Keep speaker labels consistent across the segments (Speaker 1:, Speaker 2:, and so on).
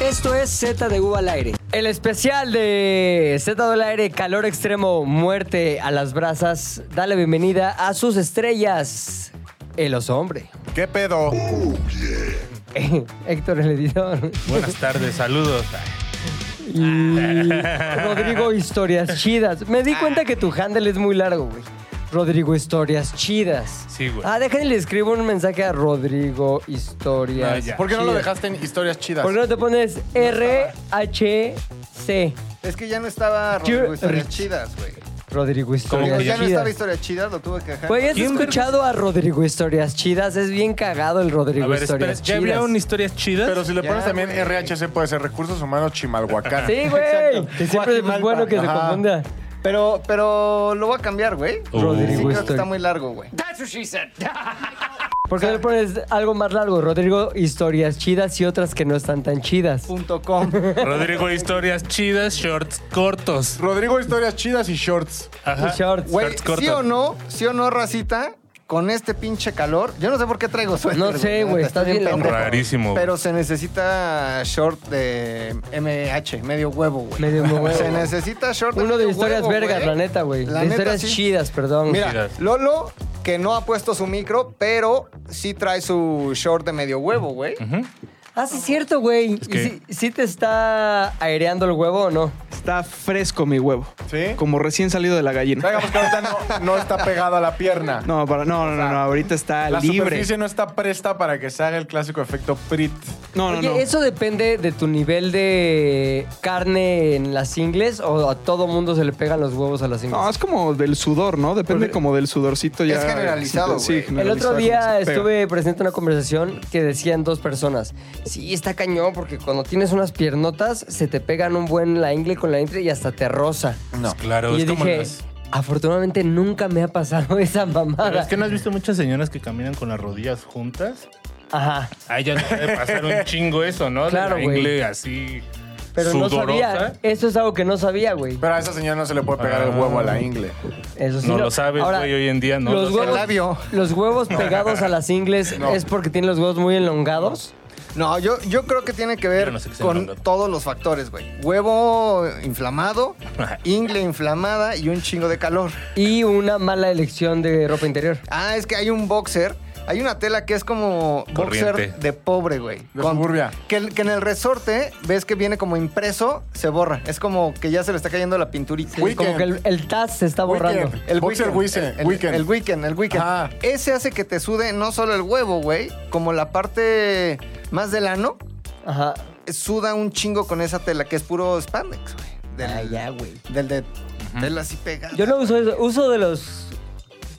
Speaker 1: Esto es Z de U al aire.
Speaker 2: El especial de Z del Aire, calor extremo, muerte a las brasas. Dale bienvenida a sus estrellas, el oso hombre.
Speaker 3: ¿Qué pedo?
Speaker 2: Héctor, el editor.
Speaker 4: Buenas tardes, saludos.
Speaker 2: Y Rodrigo, historias chidas. Me di cuenta que tu handle es muy largo, güey. Rodrigo, historias chidas.
Speaker 4: Sí, güey.
Speaker 2: Ah, déjenle, le escribo un mensaje a Rodrigo, historias
Speaker 4: Ah, ya.
Speaker 3: ¿Por qué no lo
Speaker 2: chidas.
Speaker 3: dejaste en historias chidas?
Speaker 2: ¿Por qué no te pones RHC?
Speaker 5: Es que ya no estaba
Speaker 2: Yo-
Speaker 5: Rodrigo Historias
Speaker 2: Rich.
Speaker 5: Chidas, güey.
Speaker 2: Rodrigo,
Speaker 4: Como
Speaker 5: Como
Speaker 2: historias
Speaker 4: que
Speaker 5: ya no estaba
Speaker 2: chidas.
Speaker 5: Historias Chidas, lo tuve que dejar.
Speaker 2: Güey, ¿has
Speaker 4: ¿Quién
Speaker 2: escuchado a Rodrigo Historias Chidas? Es bien cagado el Rodrigo
Speaker 4: A ver, espera,
Speaker 2: Historias
Speaker 4: ¿ya
Speaker 2: Chidas.
Speaker 4: habría un historias chidas?
Speaker 3: Pero si le
Speaker 5: Ya,
Speaker 3: pones también
Speaker 5: güey.
Speaker 3: RHC, puede ser Recursos Humanos Chimalhuacán.
Speaker 2: Sí, güey. Que siempre es
Speaker 5: Guajimalpa.
Speaker 2: bueno que se
Speaker 3: Ajá.
Speaker 2: confunda.
Speaker 5: Pero, pero lo voy a cambiar, güey.
Speaker 4: Uh.
Speaker 5: Sí,
Speaker 2: Oh. Rodrigo
Speaker 5: creo que
Speaker 2: Historias.
Speaker 5: está muy largo, güey.
Speaker 2: ¿Por qué no le pones algo más largo? Rodrigo Historias Chidas y otras que no están tan chidas.
Speaker 5: Punto com.
Speaker 4: Rodrigo, historias chidas, shorts cortos.
Speaker 3: Rodrigo, historias chidas y shorts.
Speaker 4: Ajá.
Speaker 2: Shorts.
Speaker 5: Güey,
Speaker 4: Shorts
Speaker 5: sí
Speaker 4: cortos.
Speaker 5: o no, sí o no, racita, con este pinche calor, yo no sé por qué traigo suéter.
Speaker 2: No sé, güey,
Speaker 5: neta,
Speaker 2: estás
Speaker 5: estoy
Speaker 2: bien loco.
Speaker 5: pendejo.
Speaker 4: Rarísimo.
Speaker 5: Pero se necesita short de MH, medio huevo, güey.
Speaker 2: Medio huevo.
Speaker 5: Se necesita short
Speaker 2: Uno de
Speaker 5: medio
Speaker 2: historias
Speaker 5: huevo,
Speaker 2: vergas,
Speaker 5: güey.
Speaker 2: la neta, güey.
Speaker 5: La
Speaker 2: De
Speaker 5: neta,
Speaker 2: historias
Speaker 5: sí.
Speaker 2: chidas, perdón.
Speaker 5: Mira,
Speaker 4: Giras.
Speaker 5: Lolo, que no ha puesto su micro, pero sí trae su short de medio huevo, güey.
Speaker 2: Ah, sí, es cierto, güey.
Speaker 4: Es que-
Speaker 2: ¿Y si, si te está aireando el huevo o no?
Speaker 6: Está fresco mi huevo.
Speaker 3: ¿Sí?
Speaker 6: Como recién salido de la gallina.
Speaker 3: Digamos que ahorita no, no está pegado a la pierna.
Speaker 6: No, para- no, no, no, no, ahorita está
Speaker 3: la
Speaker 6: libre.
Speaker 3: superficie no está presta para que se haga el clásico efecto Prit.
Speaker 6: No, no,
Speaker 2: Oye,
Speaker 6: no.
Speaker 2: ¿eso depende de tu nivel de carne en las ingles o a todo mundo se le pegan los huevos a las ingles?
Speaker 6: No, es como del sudor, ¿no? Depende como del sudorcito ya.
Speaker 5: Es generalizado,
Speaker 6: Sí,
Speaker 5: güey.
Speaker 2: El otro
Speaker 6: generalizado,
Speaker 2: día
Speaker 6: como se pega.
Speaker 2: estuve presente en una conversación que decían dos personas, sí, está cañón porque cuando tienes unas piernotas se te pegan un buen la ingle con la ingle y hasta te rosa.
Speaker 4: Pues claro,
Speaker 2: y
Speaker 4: es
Speaker 2: yo
Speaker 4: como
Speaker 2: dije,
Speaker 4: las-
Speaker 2: afortunadamente nunca me ha pasado esa
Speaker 4: Pero
Speaker 2: mamada.
Speaker 4: es que no has visto muchas señoras que caminan con las rodillas juntas.
Speaker 2: Ajá,
Speaker 4: A ella le debe pasar un chingo eso, ¿no? De
Speaker 2: Claro,
Speaker 4: la
Speaker 2: güey.
Speaker 4: ingle así
Speaker 2: pero
Speaker 4: sudorosa.
Speaker 2: no sabía. Eso es algo que no sabía, güey.
Speaker 3: Pero a esa señora no se le puede pegar el
Speaker 4: Ah.
Speaker 3: huevo a la ingle.
Speaker 2: Eso sí
Speaker 4: No lo sabes,
Speaker 2: Ahora,
Speaker 4: güey, hoy en día no
Speaker 2: Los
Speaker 4: lo
Speaker 2: huevos,
Speaker 5: El labio.
Speaker 2: los huevos pegados a las ingles es porque tienen los huevos muy elongados.
Speaker 5: No, yo, yo creo que tiene que
Speaker 4: Yo
Speaker 5: ver
Speaker 4: no sé qué se me
Speaker 5: con
Speaker 4: habló.
Speaker 5: todos los factores, güey. Huevo inflamado, ingle inflamada y un chingo de calor.
Speaker 2: Y una mala elección de ropa interior.
Speaker 5: Ah, es que hay un boxer. Hay una tela que es como boxer
Speaker 4: Corriente.
Speaker 5: de pobre, güey.
Speaker 3: De
Speaker 5: Con-
Speaker 3: suburbia.
Speaker 5: Que, el- que en el resorte ves que viene como impreso, se borra. Es como que ya se le está cayendo la pinturita.
Speaker 3: Weekend.
Speaker 2: Como que el, el Taz se está borrando.
Speaker 3: Weekend. Boxer Weekend.
Speaker 5: El,
Speaker 3: Weekend.
Speaker 5: el weekend. El weekend, el weekend.
Speaker 3: Ajá.
Speaker 5: Ese hace que te sude no solo el huevo, güey, como la parte más del ano,
Speaker 2: Ajá.
Speaker 5: suda un chingo con esa tela que es puro spandex, güey. Del,
Speaker 2: Ah, ya, güey.
Speaker 5: Del de tela así pegada.
Speaker 2: Yo no uso eso. Uso de los.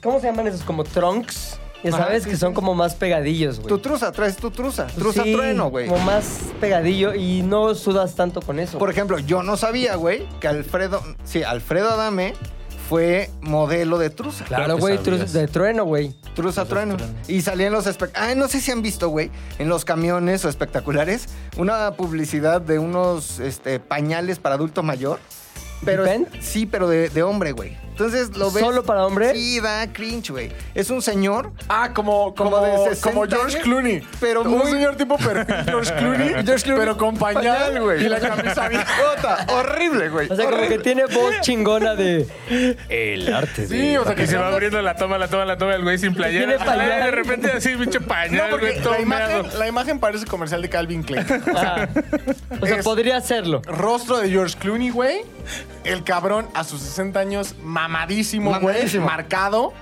Speaker 2: ¿Cómo se llaman esos? Como trunks. Ya
Speaker 5: Ajá,
Speaker 2: sabes
Speaker 5: sí,
Speaker 2: que
Speaker 5: sí,
Speaker 2: son
Speaker 5: sí.
Speaker 2: como más pegadillos, güey.
Speaker 5: Tu truza, traes tu truza.
Speaker 2: Pues
Speaker 5: Truza
Speaker 2: sí,
Speaker 5: trueno, güey.
Speaker 2: Como más pegadillo y no sudas tanto con eso.
Speaker 5: Por ejemplo, yo no sabía, güey, que Alfredo, sí, Alfredo Adame fue modelo de truza.
Speaker 4: Claro
Speaker 2: claro,
Speaker 4: que
Speaker 2: güey,
Speaker 4: sabías.
Speaker 2: tru- de trueno, güey.
Speaker 5: Truza trueno. Y salían los espectaculares. Ay, no sé si han visto, güey, en los camiones o espectaculares, una publicidad de unos este, pañales para adulto mayor. Pero
Speaker 2: ¿Pen?
Speaker 5: sí, pero de, de hombre, güey. Entonces lo ves.
Speaker 2: ¿Solo para hombre?
Speaker 5: Sí, da cringe, güey. Es un señor.
Speaker 3: Ah, como, como,
Speaker 5: Como de 60
Speaker 3: como George
Speaker 5: años,
Speaker 3: Clooney.
Speaker 5: pero
Speaker 3: Un
Speaker 5: muy-
Speaker 3: señor tipo perfil George Clooney, pero con pañal, güey. Y la camisa bien.
Speaker 5: Jota, horrible, güey.
Speaker 2: O sea, como que tiene voz chingona de. El arte
Speaker 3: Sí, o sea,
Speaker 4: Que se va abriendo la toma, la toma, la toma el güey sin playera.
Speaker 2: Tiene pañal.
Speaker 4: Ah, De repente así, pinche pañal,
Speaker 3: No, porque
Speaker 4: güey, todo
Speaker 3: la imagen,
Speaker 4: meado.
Speaker 3: la imagen parece comercial de Calvin Klein.
Speaker 2: ah, O sea,
Speaker 3: Es-
Speaker 2: podría hacerlo.
Speaker 3: Rostro de George Clooney, güey. El cabrón a sus 60 años, mamadísimo, güey.
Speaker 5: Mamadísimo.
Speaker 3: Marcado.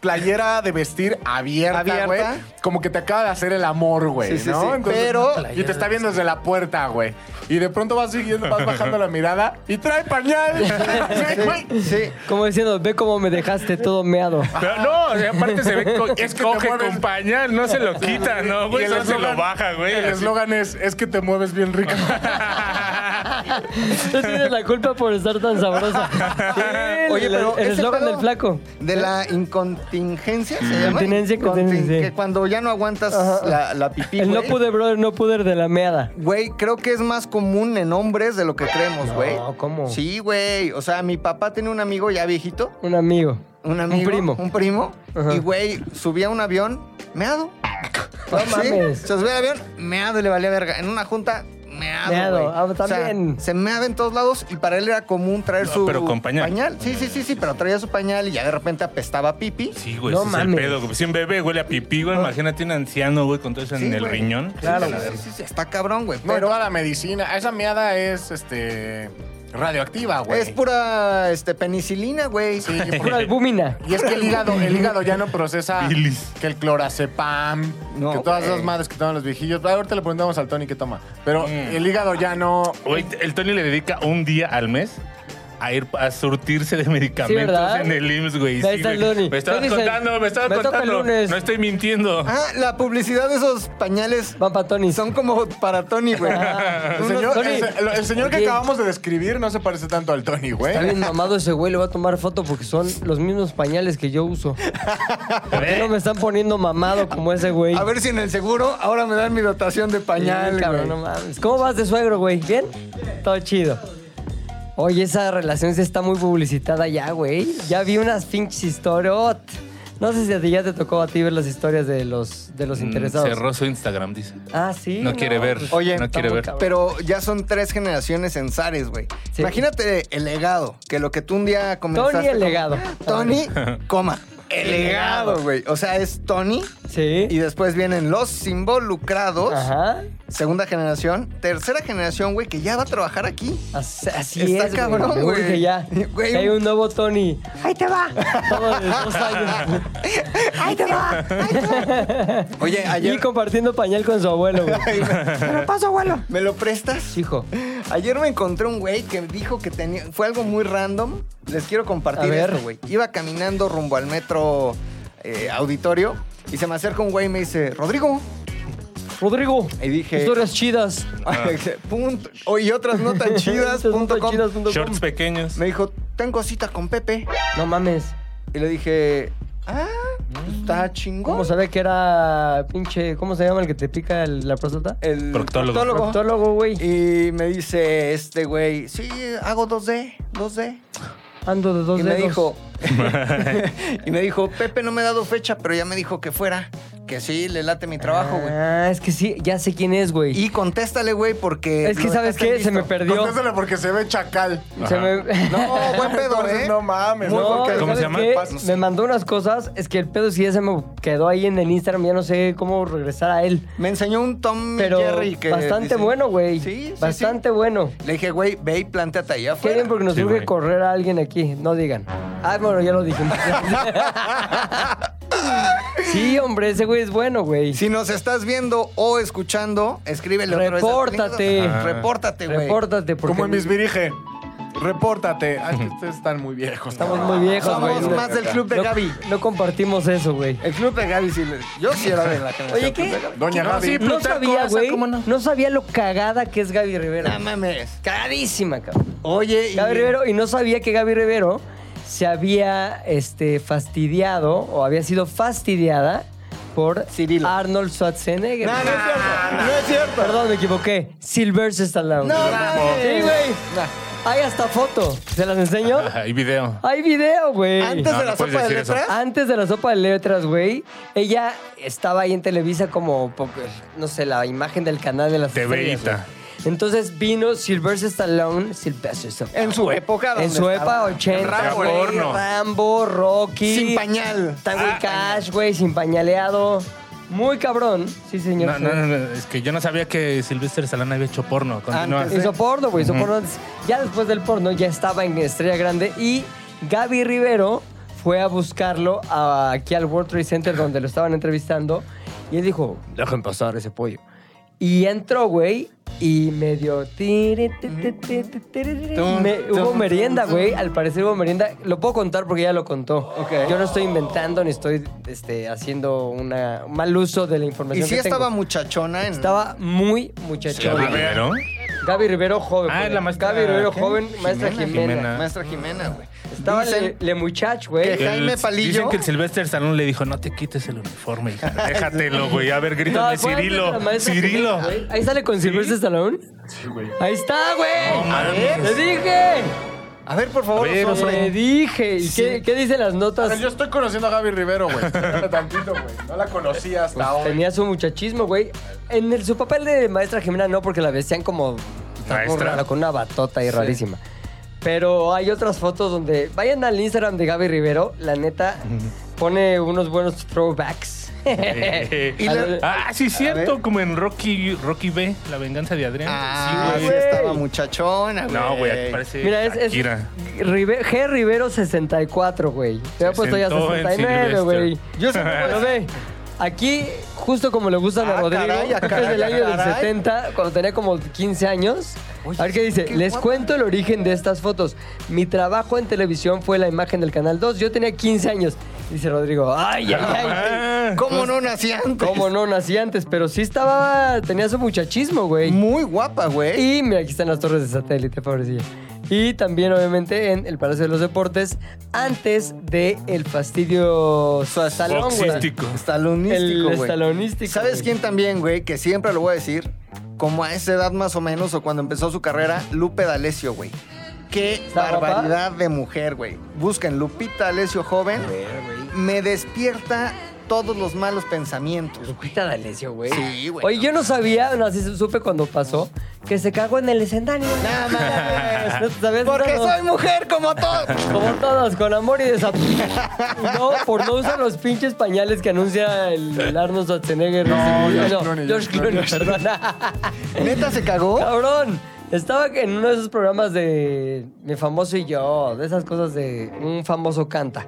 Speaker 3: Playera de vestir abierta,
Speaker 5: Abierta.
Speaker 3: güey. Como que te acaba de hacer el amor, güey,
Speaker 5: Sí, sí,
Speaker 3: ¿no?
Speaker 5: sí. Pero-
Speaker 3: Y te está viendo desde la puerta, güey. Y de pronto vas siguiendo, vas bajando la mirada y trae pañal. Sí, güey.
Speaker 5: Sí.
Speaker 2: Como diciendo, ve cómo me dejaste todo meado.
Speaker 4: Pero no, o sea, aparte se ve co- es
Speaker 3: te
Speaker 4: coge
Speaker 3: mueves.
Speaker 4: con pañal, no se lo quita, no,
Speaker 3: Y
Speaker 4: güey,
Speaker 3: el
Speaker 4: solo se lo
Speaker 3: eslogan-
Speaker 4: baja, güey.
Speaker 3: El
Speaker 4: así.
Speaker 3: eslogan es, es que te mueves bien rico.
Speaker 2: Tú tienes la culpa por estar tan sabrosa. Oye,
Speaker 5: Oye,
Speaker 2: pero
Speaker 5: pero
Speaker 2: el
Speaker 5: ese
Speaker 2: eslogan
Speaker 5: pedo
Speaker 2: del flaco.
Speaker 5: De la incontingencia, ¿se llama?
Speaker 2: Incontinencia, incontinencia.
Speaker 5: Contin- que cuando ya no aguantas la, la pipí,
Speaker 2: El no
Speaker 5: güey.
Speaker 2: pude, brother, no pude de la meada.
Speaker 5: Güey, creo que es más común en hombres de lo que creemos, güey.
Speaker 2: No, ¿cómo?
Speaker 5: Sí, güey. O sea, mi papá tenía un amigo ya viejito,
Speaker 2: Un amigo.
Speaker 5: un amigo.
Speaker 2: primo.
Speaker 5: Un primo.
Speaker 2: Ajá.
Speaker 5: Y, güey, subía a un avión, meado.
Speaker 2: No
Speaker 5: ¿Sí?
Speaker 2: mames.
Speaker 5: Se subía al avión, meado y le valía verga. En una junta, meado,
Speaker 2: Meado,
Speaker 5: güey.
Speaker 2: ah,
Speaker 5: O sea,
Speaker 2: también.
Speaker 5: se meaba en todos lados y para él era común traer
Speaker 4: No,
Speaker 5: su
Speaker 4: pero con pañal.
Speaker 5: Sí, sí, sí, sí, pero traía su pañal y ya de repente apestaba pipi.
Speaker 4: Sí, güey,
Speaker 2: No
Speaker 4: ese es el
Speaker 2: mames. Oh.
Speaker 4: pedo. güey. Si un bebé huele a pipí, güey, imagínate un anciano, güey, con todo eso en
Speaker 5: Sí,
Speaker 4: el
Speaker 5: güey.
Speaker 4: riñón.
Speaker 5: Claro, sí, sí, sí, sí, está cabrón, güey.
Speaker 3: No, y
Speaker 5: Pero
Speaker 3: toda la medicina. Esa miada es, este, radioactiva, güey.
Speaker 5: es pura este, penicilina, güey.
Speaker 3: Sí, y
Speaker 2: Pura
Speaker 3: por-
Speaker 2: albúmina.
Speaker 3: Y es que el hígado, el hígado ya no procesa
Speaker 4: Bilis.
Speaker 3: que el clorazepam,
Speaker 5: No,
Speaker 3: que todas
Speaker 5: güey.
Speaker 3: esas madres que toman los viejillos. Ah, Ahorita le preguntamos al Tony qué toma. Pero el hígado ya no.
Speaker 4: Güey, el Tony le dedica un día al mes a ir a surtirse de medicamentos
Speaker 2: ¿verdad?
Speaker 4: en el IMSS,
Speaker 2: Ahí
Speaker 4: güey. Sí,
Speaker 2: está el
Speaker 4: güey.
Speaker 2: Tony.
Speaker 4: Me estabas
Speaker 2: Tony se-
Speaker 4: contando, me estabas
Speaker 2: me toca el
Speaker 4: contando.
Speaker 2: lunes.
Speaker 4: No estoy mintiendo.
Speaker 5: Ah, la publicidad de esos pañales
Speaker 2: Van para Tony. Ah,
Speaker 5: son como para Tony, güey.
Speaker 3: El señor,
Speaker 2: Tony.
Speaker 3: el se- el- el señor que
Speaker 2: Oye.
Speaker 3: acabamos de describir no se parece tanto al Tony, güey.
Speaker 2: Está bien mamado ese güey, le voy a tomar foto porque son los mismos pañales que yo uso. Ah, ¿Por qué no me están poniendo mamado como ese güey?
Speaker 5: A ver si en el seguro ahora me dan mi dotación de
Speaker 2: Sí,
Speaker 5: pañal,
Speaker 2: cabrón,
Speaker 5: güey.
Speaker 2: no mames. ¿Cómo vas de suegro, güey? ¿Bien? Todo chido. Oye, esa relación sí está muy publicitada ya, güey. Ya vi unas pinches historias. No sé si a ti ya te tocó a ti ver las historias de los, de los
Speaker 4: Mm,
Speaker 2: interesados.
Speaker 4: Cerró su Instagram, dice.
Speaker 2: Ah, sí.
Speaker 4: No quiere ver.
Speaker 2: pues,
Speaker 5: Oye,
Speaker 4: no
Speaker 2: está
Speaker 4: quiere
Speaker 2: muy
Speaker 4: ver.
Speaker 2: cabrón.
Speaker 5: Pero ya son tres generaciones en Zares, güey.
Speaker 2: Sí.
Speaker 5: Imagínate el legado, que lo que tú un día comenzaste...
Speaker 2: Tony el
Speaker 5: como,
Speaker 2: legado.
Speaker 5: Tony, coma. El legado, güey. O sea, es Tony
Speaker 2: Sí.
Speaker 5: y después vienen los involucrados,
Speaker 2: Ajá.
Speaker 5: segunda generación, tercera generación, güey, que ya va a trabajar aquí.
Speaker 2: Así así
Speaker 5: Está
Speaker 2: es,
Speaker 5: cabrón,
Speaker 2: Me urge
Speaker 5: güey.
Speaker 2: ya.
Speaker 5: Güey,
Speaker 2: Que hay
Speaker 5: un-
Speaker 2: un nuevo Tony. ¡Ahí te va! Todo de dos años.
Speaker 5: ¡Ahí te va! Oye,
Speaker 2: Y
Speaker 5: ayer...
Speaker 2: compartiendo pañal con su abuelo, güey.
Speaker 5: ¿Me lo prestas?
Speaker 2: Hijo.
Speaker 5: Ayer me encontré un güey que dijo que tenía. Fue algo muy random. Les quiero
Speaker 2: A
Speaker 5: compartir
Speaker 2: ver.
Speaker 5: esto, güey. Iba caminando rumbo al metro eh, auditorio y se me acerca un güey y me dice, Rodrigo.
Speaker 2: Rodrigo.
Speaker 5: Y dije-
Speaker 2: Historias chidas.
Speaker 5: punto, oh, y otras no tan chidas. punto com.
Speaker 2: Chidas punto com.
Speaker 4: Shorts pequeños.
Speaker 5: Me dijo, tengo cita con Pepe.
Speaker 2: No mames.
Speaker 5: Y le dije, ah, pues,
Speaker 2: Mm.
Speaker 5: está chingón.
Speaker 2: ¿Cómo sabe que era pinche. ¿Cómo se llama el que te pica el- la próstata?
Speaker 5: El
Speaker 4: Proctólogo.
Speaker 2: Proctólogo, güey.
Speaker 5: Y me dice este güey, sí, hago 2D, 2D.
Speaker 2: Ando de dos
Speaker 5: y me
Speaker 2: dedos.
Speaker 5: dijo y me dijo Pepe no me ha dado fecha pero ya me dijo que fuera que sí le late mi trabajo güey
Speaker 2: Ah, es que sí, ya sé quién es, güey.
Speaker 5: y contéstale güey porque
Speaker 2: Es que,
Speaker 5: lo
Speaker 2: ¿sabes qué?
Speaker 5: dejaste
Speaker 2: Se me
Speaker 5: listo.
Speaker 2: perdió.
Speaker 3: Contésale porque se ve chacal.
Speaker 2: Se me.
Speaker 5: no buen pedo
Speaker 3: Entonces,
Speaker 5: eh
Speaker 3: No mames.
Speaker 2: No,
Speaker 3: porque-
Speaker 2: ¿sabes
Speaker 4: ¿Cómo se llama?
Speaker 2: qué?
Speaker 5: Pas- no sé.
Speaker 2: Me mandó unas cosas. Es que el pedo sí ya se me quedó ahí en el Instagram. Ya no sé cómo regresar a él.
Speaker 5: me enseñó un Tom
Speaker 2: Pero
Speaker 5: Jerry que
Speaker 2: bastante
Speaker 5: dice-
Speaker 2: bueno, güey.
Speaker 5: sí, sí, sí.
Speaker 2: Bastante bueno.
Speaker 5: le dije güey ve y plántate allá
Speaker 2: Qué
Speaker 5: afuera
Speaker 2: bien porque nos
Speaker 4: Sí,
Speaker 2: tuvo que
Speaker 4: güey.
Speaker 2: correr a alguien aquí. No digan. Ah, bueno, ya lo dijimos. sí, hombre, ese güey es bueno, güey.
Speaker 5: si nos estás viendo o escuchando escríbele otra vez al
Speaker 2: Repórtate.
Speaker 5: link.
Speaker 2: Ah.
Speaker 5: repórtate güey
Speaker 2: Repórtate porque
Speaker 3: Como en mis virige. Repórtate. Ay, que ustedes están muy viejos.
Speaker 2: estamos muy viejos, güey.
Speaker 5: somos
Speaker 2: No-
Speaker 5: más del club de
Speaker 2: no-
Speaker 5: Gaby
Speaker 2: No compartimos eso, güey.
Speaker 5: el club de Gaby sí le- yo sí era de la generación
Speaker 2: Oye, ¿qué?
Speaker 5: Club de Gaby.
Speaker 3: Doña
Speaker 4: No,
Speaker 3: Gaby.
Speaker 4: sí,
Speaker 2: No
Speaker 4: Plutarco,
Speaker 2: sabía,
Speaker 4: esa,
Speaker 2: güey.
Speaker 4: ¿cómo
Speaker 2: No?
Speaker 4: no?
Speaker 2: sabía lo cagada que es Gaby Rivera.
Speaker 5: Ah, no mames
Speaker 2: Cagadísima, cabrón.
Speaker 5: oye y-
Speaker 2: Gaby Rivero, y no sabía que Gaby Rivero se había este, fastidiado o había sido fastidiada por
Speaker 5: Cirilo.
Speaker 2: Arnold Schwarzenegger.
Speaker 5: No, no es cierto. No es cierto.
Speaker 2: Perdón, me equivoqué. Silver Stallone.
Speaker 5: No,
Speaker 2: sí,
Speaker 5: mames.
Speaker 2: güey. Hay hasta foto. ¿Se las enseño?
Speaker 4: Ajá, y video.
Speaker 2: Hay video, güey.
Speaker 5: Antes
Speaker 4: No,
Speaker 5: de
Speaker 4: no
Speaker 5: la
Speaker 4: puedes
Speaker 5: sopa de
Speaker 4: decir eso.
Speaker 5: letras.
Speaker 2: Antes de la sopa de letras, güey, ella estaba ahí en Televisa como, po- no sé, la imagen del canal de las
Speaker 4: TV
Speaker 2: estrellas,
Speaker 4: Ita.
Speaker 2: güey. Entonces vino Sylvester Stallone, Sylvester Stallone.
Speaker 5: En su época.
Speaker 2: En
Speaker 5: donde
Speaker 2: su época
Speaker 5: estaba
Speaker 2: 80,
Speaker 5: Rambo,
Speaker 2: güey,
Speaker 4: porno.
Speaker 2: Rambo, Rocky.
Speaker 5: Sin pañal.
Speaker 2: Tango
Speaker 4: Ah,
Speaker 2: y Cash, güey, sin pañaleado. Muy cabrón. Sí, señor.
Speaker 4: No, no, no, no, es que yo no sabía que Sylvester Stallone había hecho porno. Continúa.
Speaker 5: Antes de-
Speaker 2: Hizo porno, güey. Hizo porno antes. Ya después del porno ya estaba en Estrella Grande y Gaby Rivero fue a buscarlo a- aquí al World Trade Center donde lo estaban entrevistando y él dijo, dejen pasar ese pollo. Y entró, güey, y medio... tiri, ti, ti, ti, ti, tiri,
Speaker 5: Tum,
Speaker 2: me-
Speaker 5: tum,
Speaker 2: Hubo
Speaker 5: tum,
Speaker 2: merienda,
Speaker 5: tum.
Speaker 2: güey. Al parecer hubo merienda. Lo puedo contar porque ella lo contó.
Speaker 5: Ok.
Speaker 2: Yo no estoy inventando ni estoy este, haciendo una un mal uso de la
Speaker 5: Y
Speaker 2: información
Speaker 5: sí
Speaker 2: que tengo.
Speaker 5: estaba muchachona. En...
Speaker 2: Estaba muy muchachona.
Speaker 4: Gaby Rivero.
Speaker 2: Gaby Rivero joven.
Speaker 4: Ah,
Speaker 2: joder.
Speaker 4: la maestra-
Speaker 2: Gaby Rivero
Speaker 4: ¿qué?
Speaker 2: joven, maestra
Speaker 5: Jimena,
Speaker 2: Jimena.
Speaker 4: Jimena.
Speaker 5: Maestra Jimena, güey.
Speaker 2: Estaba
Speaker 5: Dicen-
Speaker 2: Le, le muchach, güey.
Speaker 5: Que- Jaime
Speaker 4: El-
Speaker 5: Palillo.
Speaker 4: Dicen que el Sylvester Stallone le dijo, no te quites el uniforme, hija. Déjatelo, güey. A ver,
Speaker 2: No,
Speaker 4: grítame,
Speaker 2: acuérdate de la
Speaker 4: Cirilo.
Speaker 2: maestra
Speaker 4: Cirilo.
Speaker 2: Jimena, güey. Ahí sale con Silvestre Stallone. Sí, güey. Ahí está, güey.
Speaker 4: No mames.
Speaker 2: ¡Le dije!
Speaker 5: A ver, por favor,
Speaker 4: Pero
Speaker 5: los hombres.
Speaker 2: Te dije. ¿Y
Speaker 5: Sí.
Speaker 2: qué, qué dicen las
Speaker 3: A
Speaker 2: notas?
Speaker 3: ver, yo estoy conociendo a Gaby Rivero, güey. Espérame tantito, güey. No la conocía hasta hoy.
Speaker 2: Tenía su muchachismo, güey. En el- su papel de maestra gemela no, porque la vestían como está muy
Speaker 4: Maestra.
Speaker 2: rara, con una batota ahí rarísima. Pero hay otras fotos donde vayan al Instagram de Gaby Rivero, la neta pone unos buenos throwbacks.
Speaker 4: Eh,
Speaker 5: Y la-
Speaker 4: ah, sí,
Speaker 5: A
Speaker 4: cierto,
Speaker 5: ver.
Speaker 4: como en Rocky, Rocky B, La venganza de Adrián.
Speaker 5: Ah,
Speaker 4: Sí,
Speaker 5: sí,
Speaker 4: güey.
Speaker 5: estaba muchachona, güey.
Speaker 4: No, güey, parece
Speaker 2: Mira, es, es
Speaker 4: Shakira.
Speaker 2: Rive- G Rivero 64, güey. Te ha puesto ya
Speaker 4: sentó en
Speaker 2: 69, güey.
Speaker 4: Sylvester.
Speaker 2: Yo sé lo ve. Aquí, justo como le gustan a
Speaker 5: Ah,
Speaker 2: Rodrigo,
Speaker 5: caray, ah,
Speaker 2: es del
Speaker 5: caray,
Speaker 2: año del
Speaker 5: caray.
Speaker 2: 70, cuando tenía como 15 años. a ver qué dice.
Speaker 5: qué
Speaker 2: Les
Speaker 5: guapa.
Speaker 2: cuento el origen de estas fotos. Mi trabajo en televisión fue la imagen del Canal 2. Yo tenía 15 años. Dice Rodrigo, ay, ay, ay.
Speaker 4: Ah,
Speaker 5: ¿Cómo no nací antes?
Speaker 2: Pues, ¿Cómo no nací antes? Pero sí estaba, tenía su muchachismo, güey.
Speaker 5: Muy guapa, güey.
Speaker 2: Y mira, aquí están las torres de satélite, pobrecilla. Y también, obviamente, en el Palacio de los Deportes, antes de el fastidio salón, güey.
Speaker 4: Boxístico.
Speaker 5: Estalonístico,
Speaker 2: El
Speaker 5: güey.
Speaker 2: estalonístico,
Speaker 5: ¿Sabes
Speaker 2: güey.
Speaker 5: quién también, güey? Que siempre lo voy a decir. Como a esa edad más o menos, o cuando empezó su carrera, Lupe D'Alessio, güey. Qué
Speaker 2: ¿Está guapa?
Speaker 5: barbaridad de mujer, güey. Busquen Lupita D'Alessio joven. Me despierta todos los malos pensamientos, güey.
Speaker 2: Lupita D'Alessio, güey.
Speaker 5: Sí, güey.
Speaker 2: Oye, yo no sabía, no, así supe cuando pasó, que se cagó en el escenario.
Speaker 5: Nada más.
Speaker 2: ¿No te sabías
Speaker 5: Porque
Speaker 2: eso?
Speaker 5: soy mujer como todos.
Speaker 2: Como todos, con amor y desaprobado. No, por no usar los pinches pañales que anuncia el, el Arnold Schwarzenegger. No,
Speaker 3: George Clooney,
Speaker 2: George Clooney, perdón.
Speaker 5: Neta se cagó.
Speaker 2: Cabrón, estaba en uno de esos programas de Mi famoso y yo, de esas cosas de un famoso canta.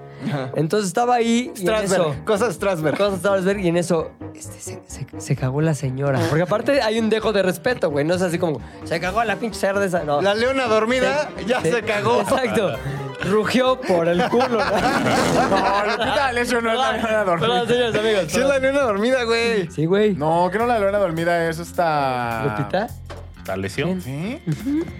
Speaker 2: Entonces estaba ahí y en eso.
Speaker 5: Strasberg. Cosas Strasberg.
Speaker 2: Cosas Strasberg y en eso este, se, se- se cagó la señora. Porque aparte hay un dejo de respeto, güey. No es así como, se cagó la pinche cerda esa. No.
Speaker 5: La leona dormida ya
Speaker 2: Sí,
Speaker 5: se cagó.
Speaker 2: Exacto. Rugió por el culo.
Speaker 3: No, Lupita D'Alessio no es la Lorena
Speaker 2: Perdón,
Speaker 3: Dormida.
Speaker 2: señores amigos.
Speaker 5: Sí es la
Speaker 2: perdón.
Speaker 5: leona dormida, güey.
Speaker 2: Sí, güey.
Speaker 3: No, que no la Lorena Dormida es esta...
Speaker 2: ¿Lupita?
Speaker 4: La lesión.
Speaker 3: ¿Sí?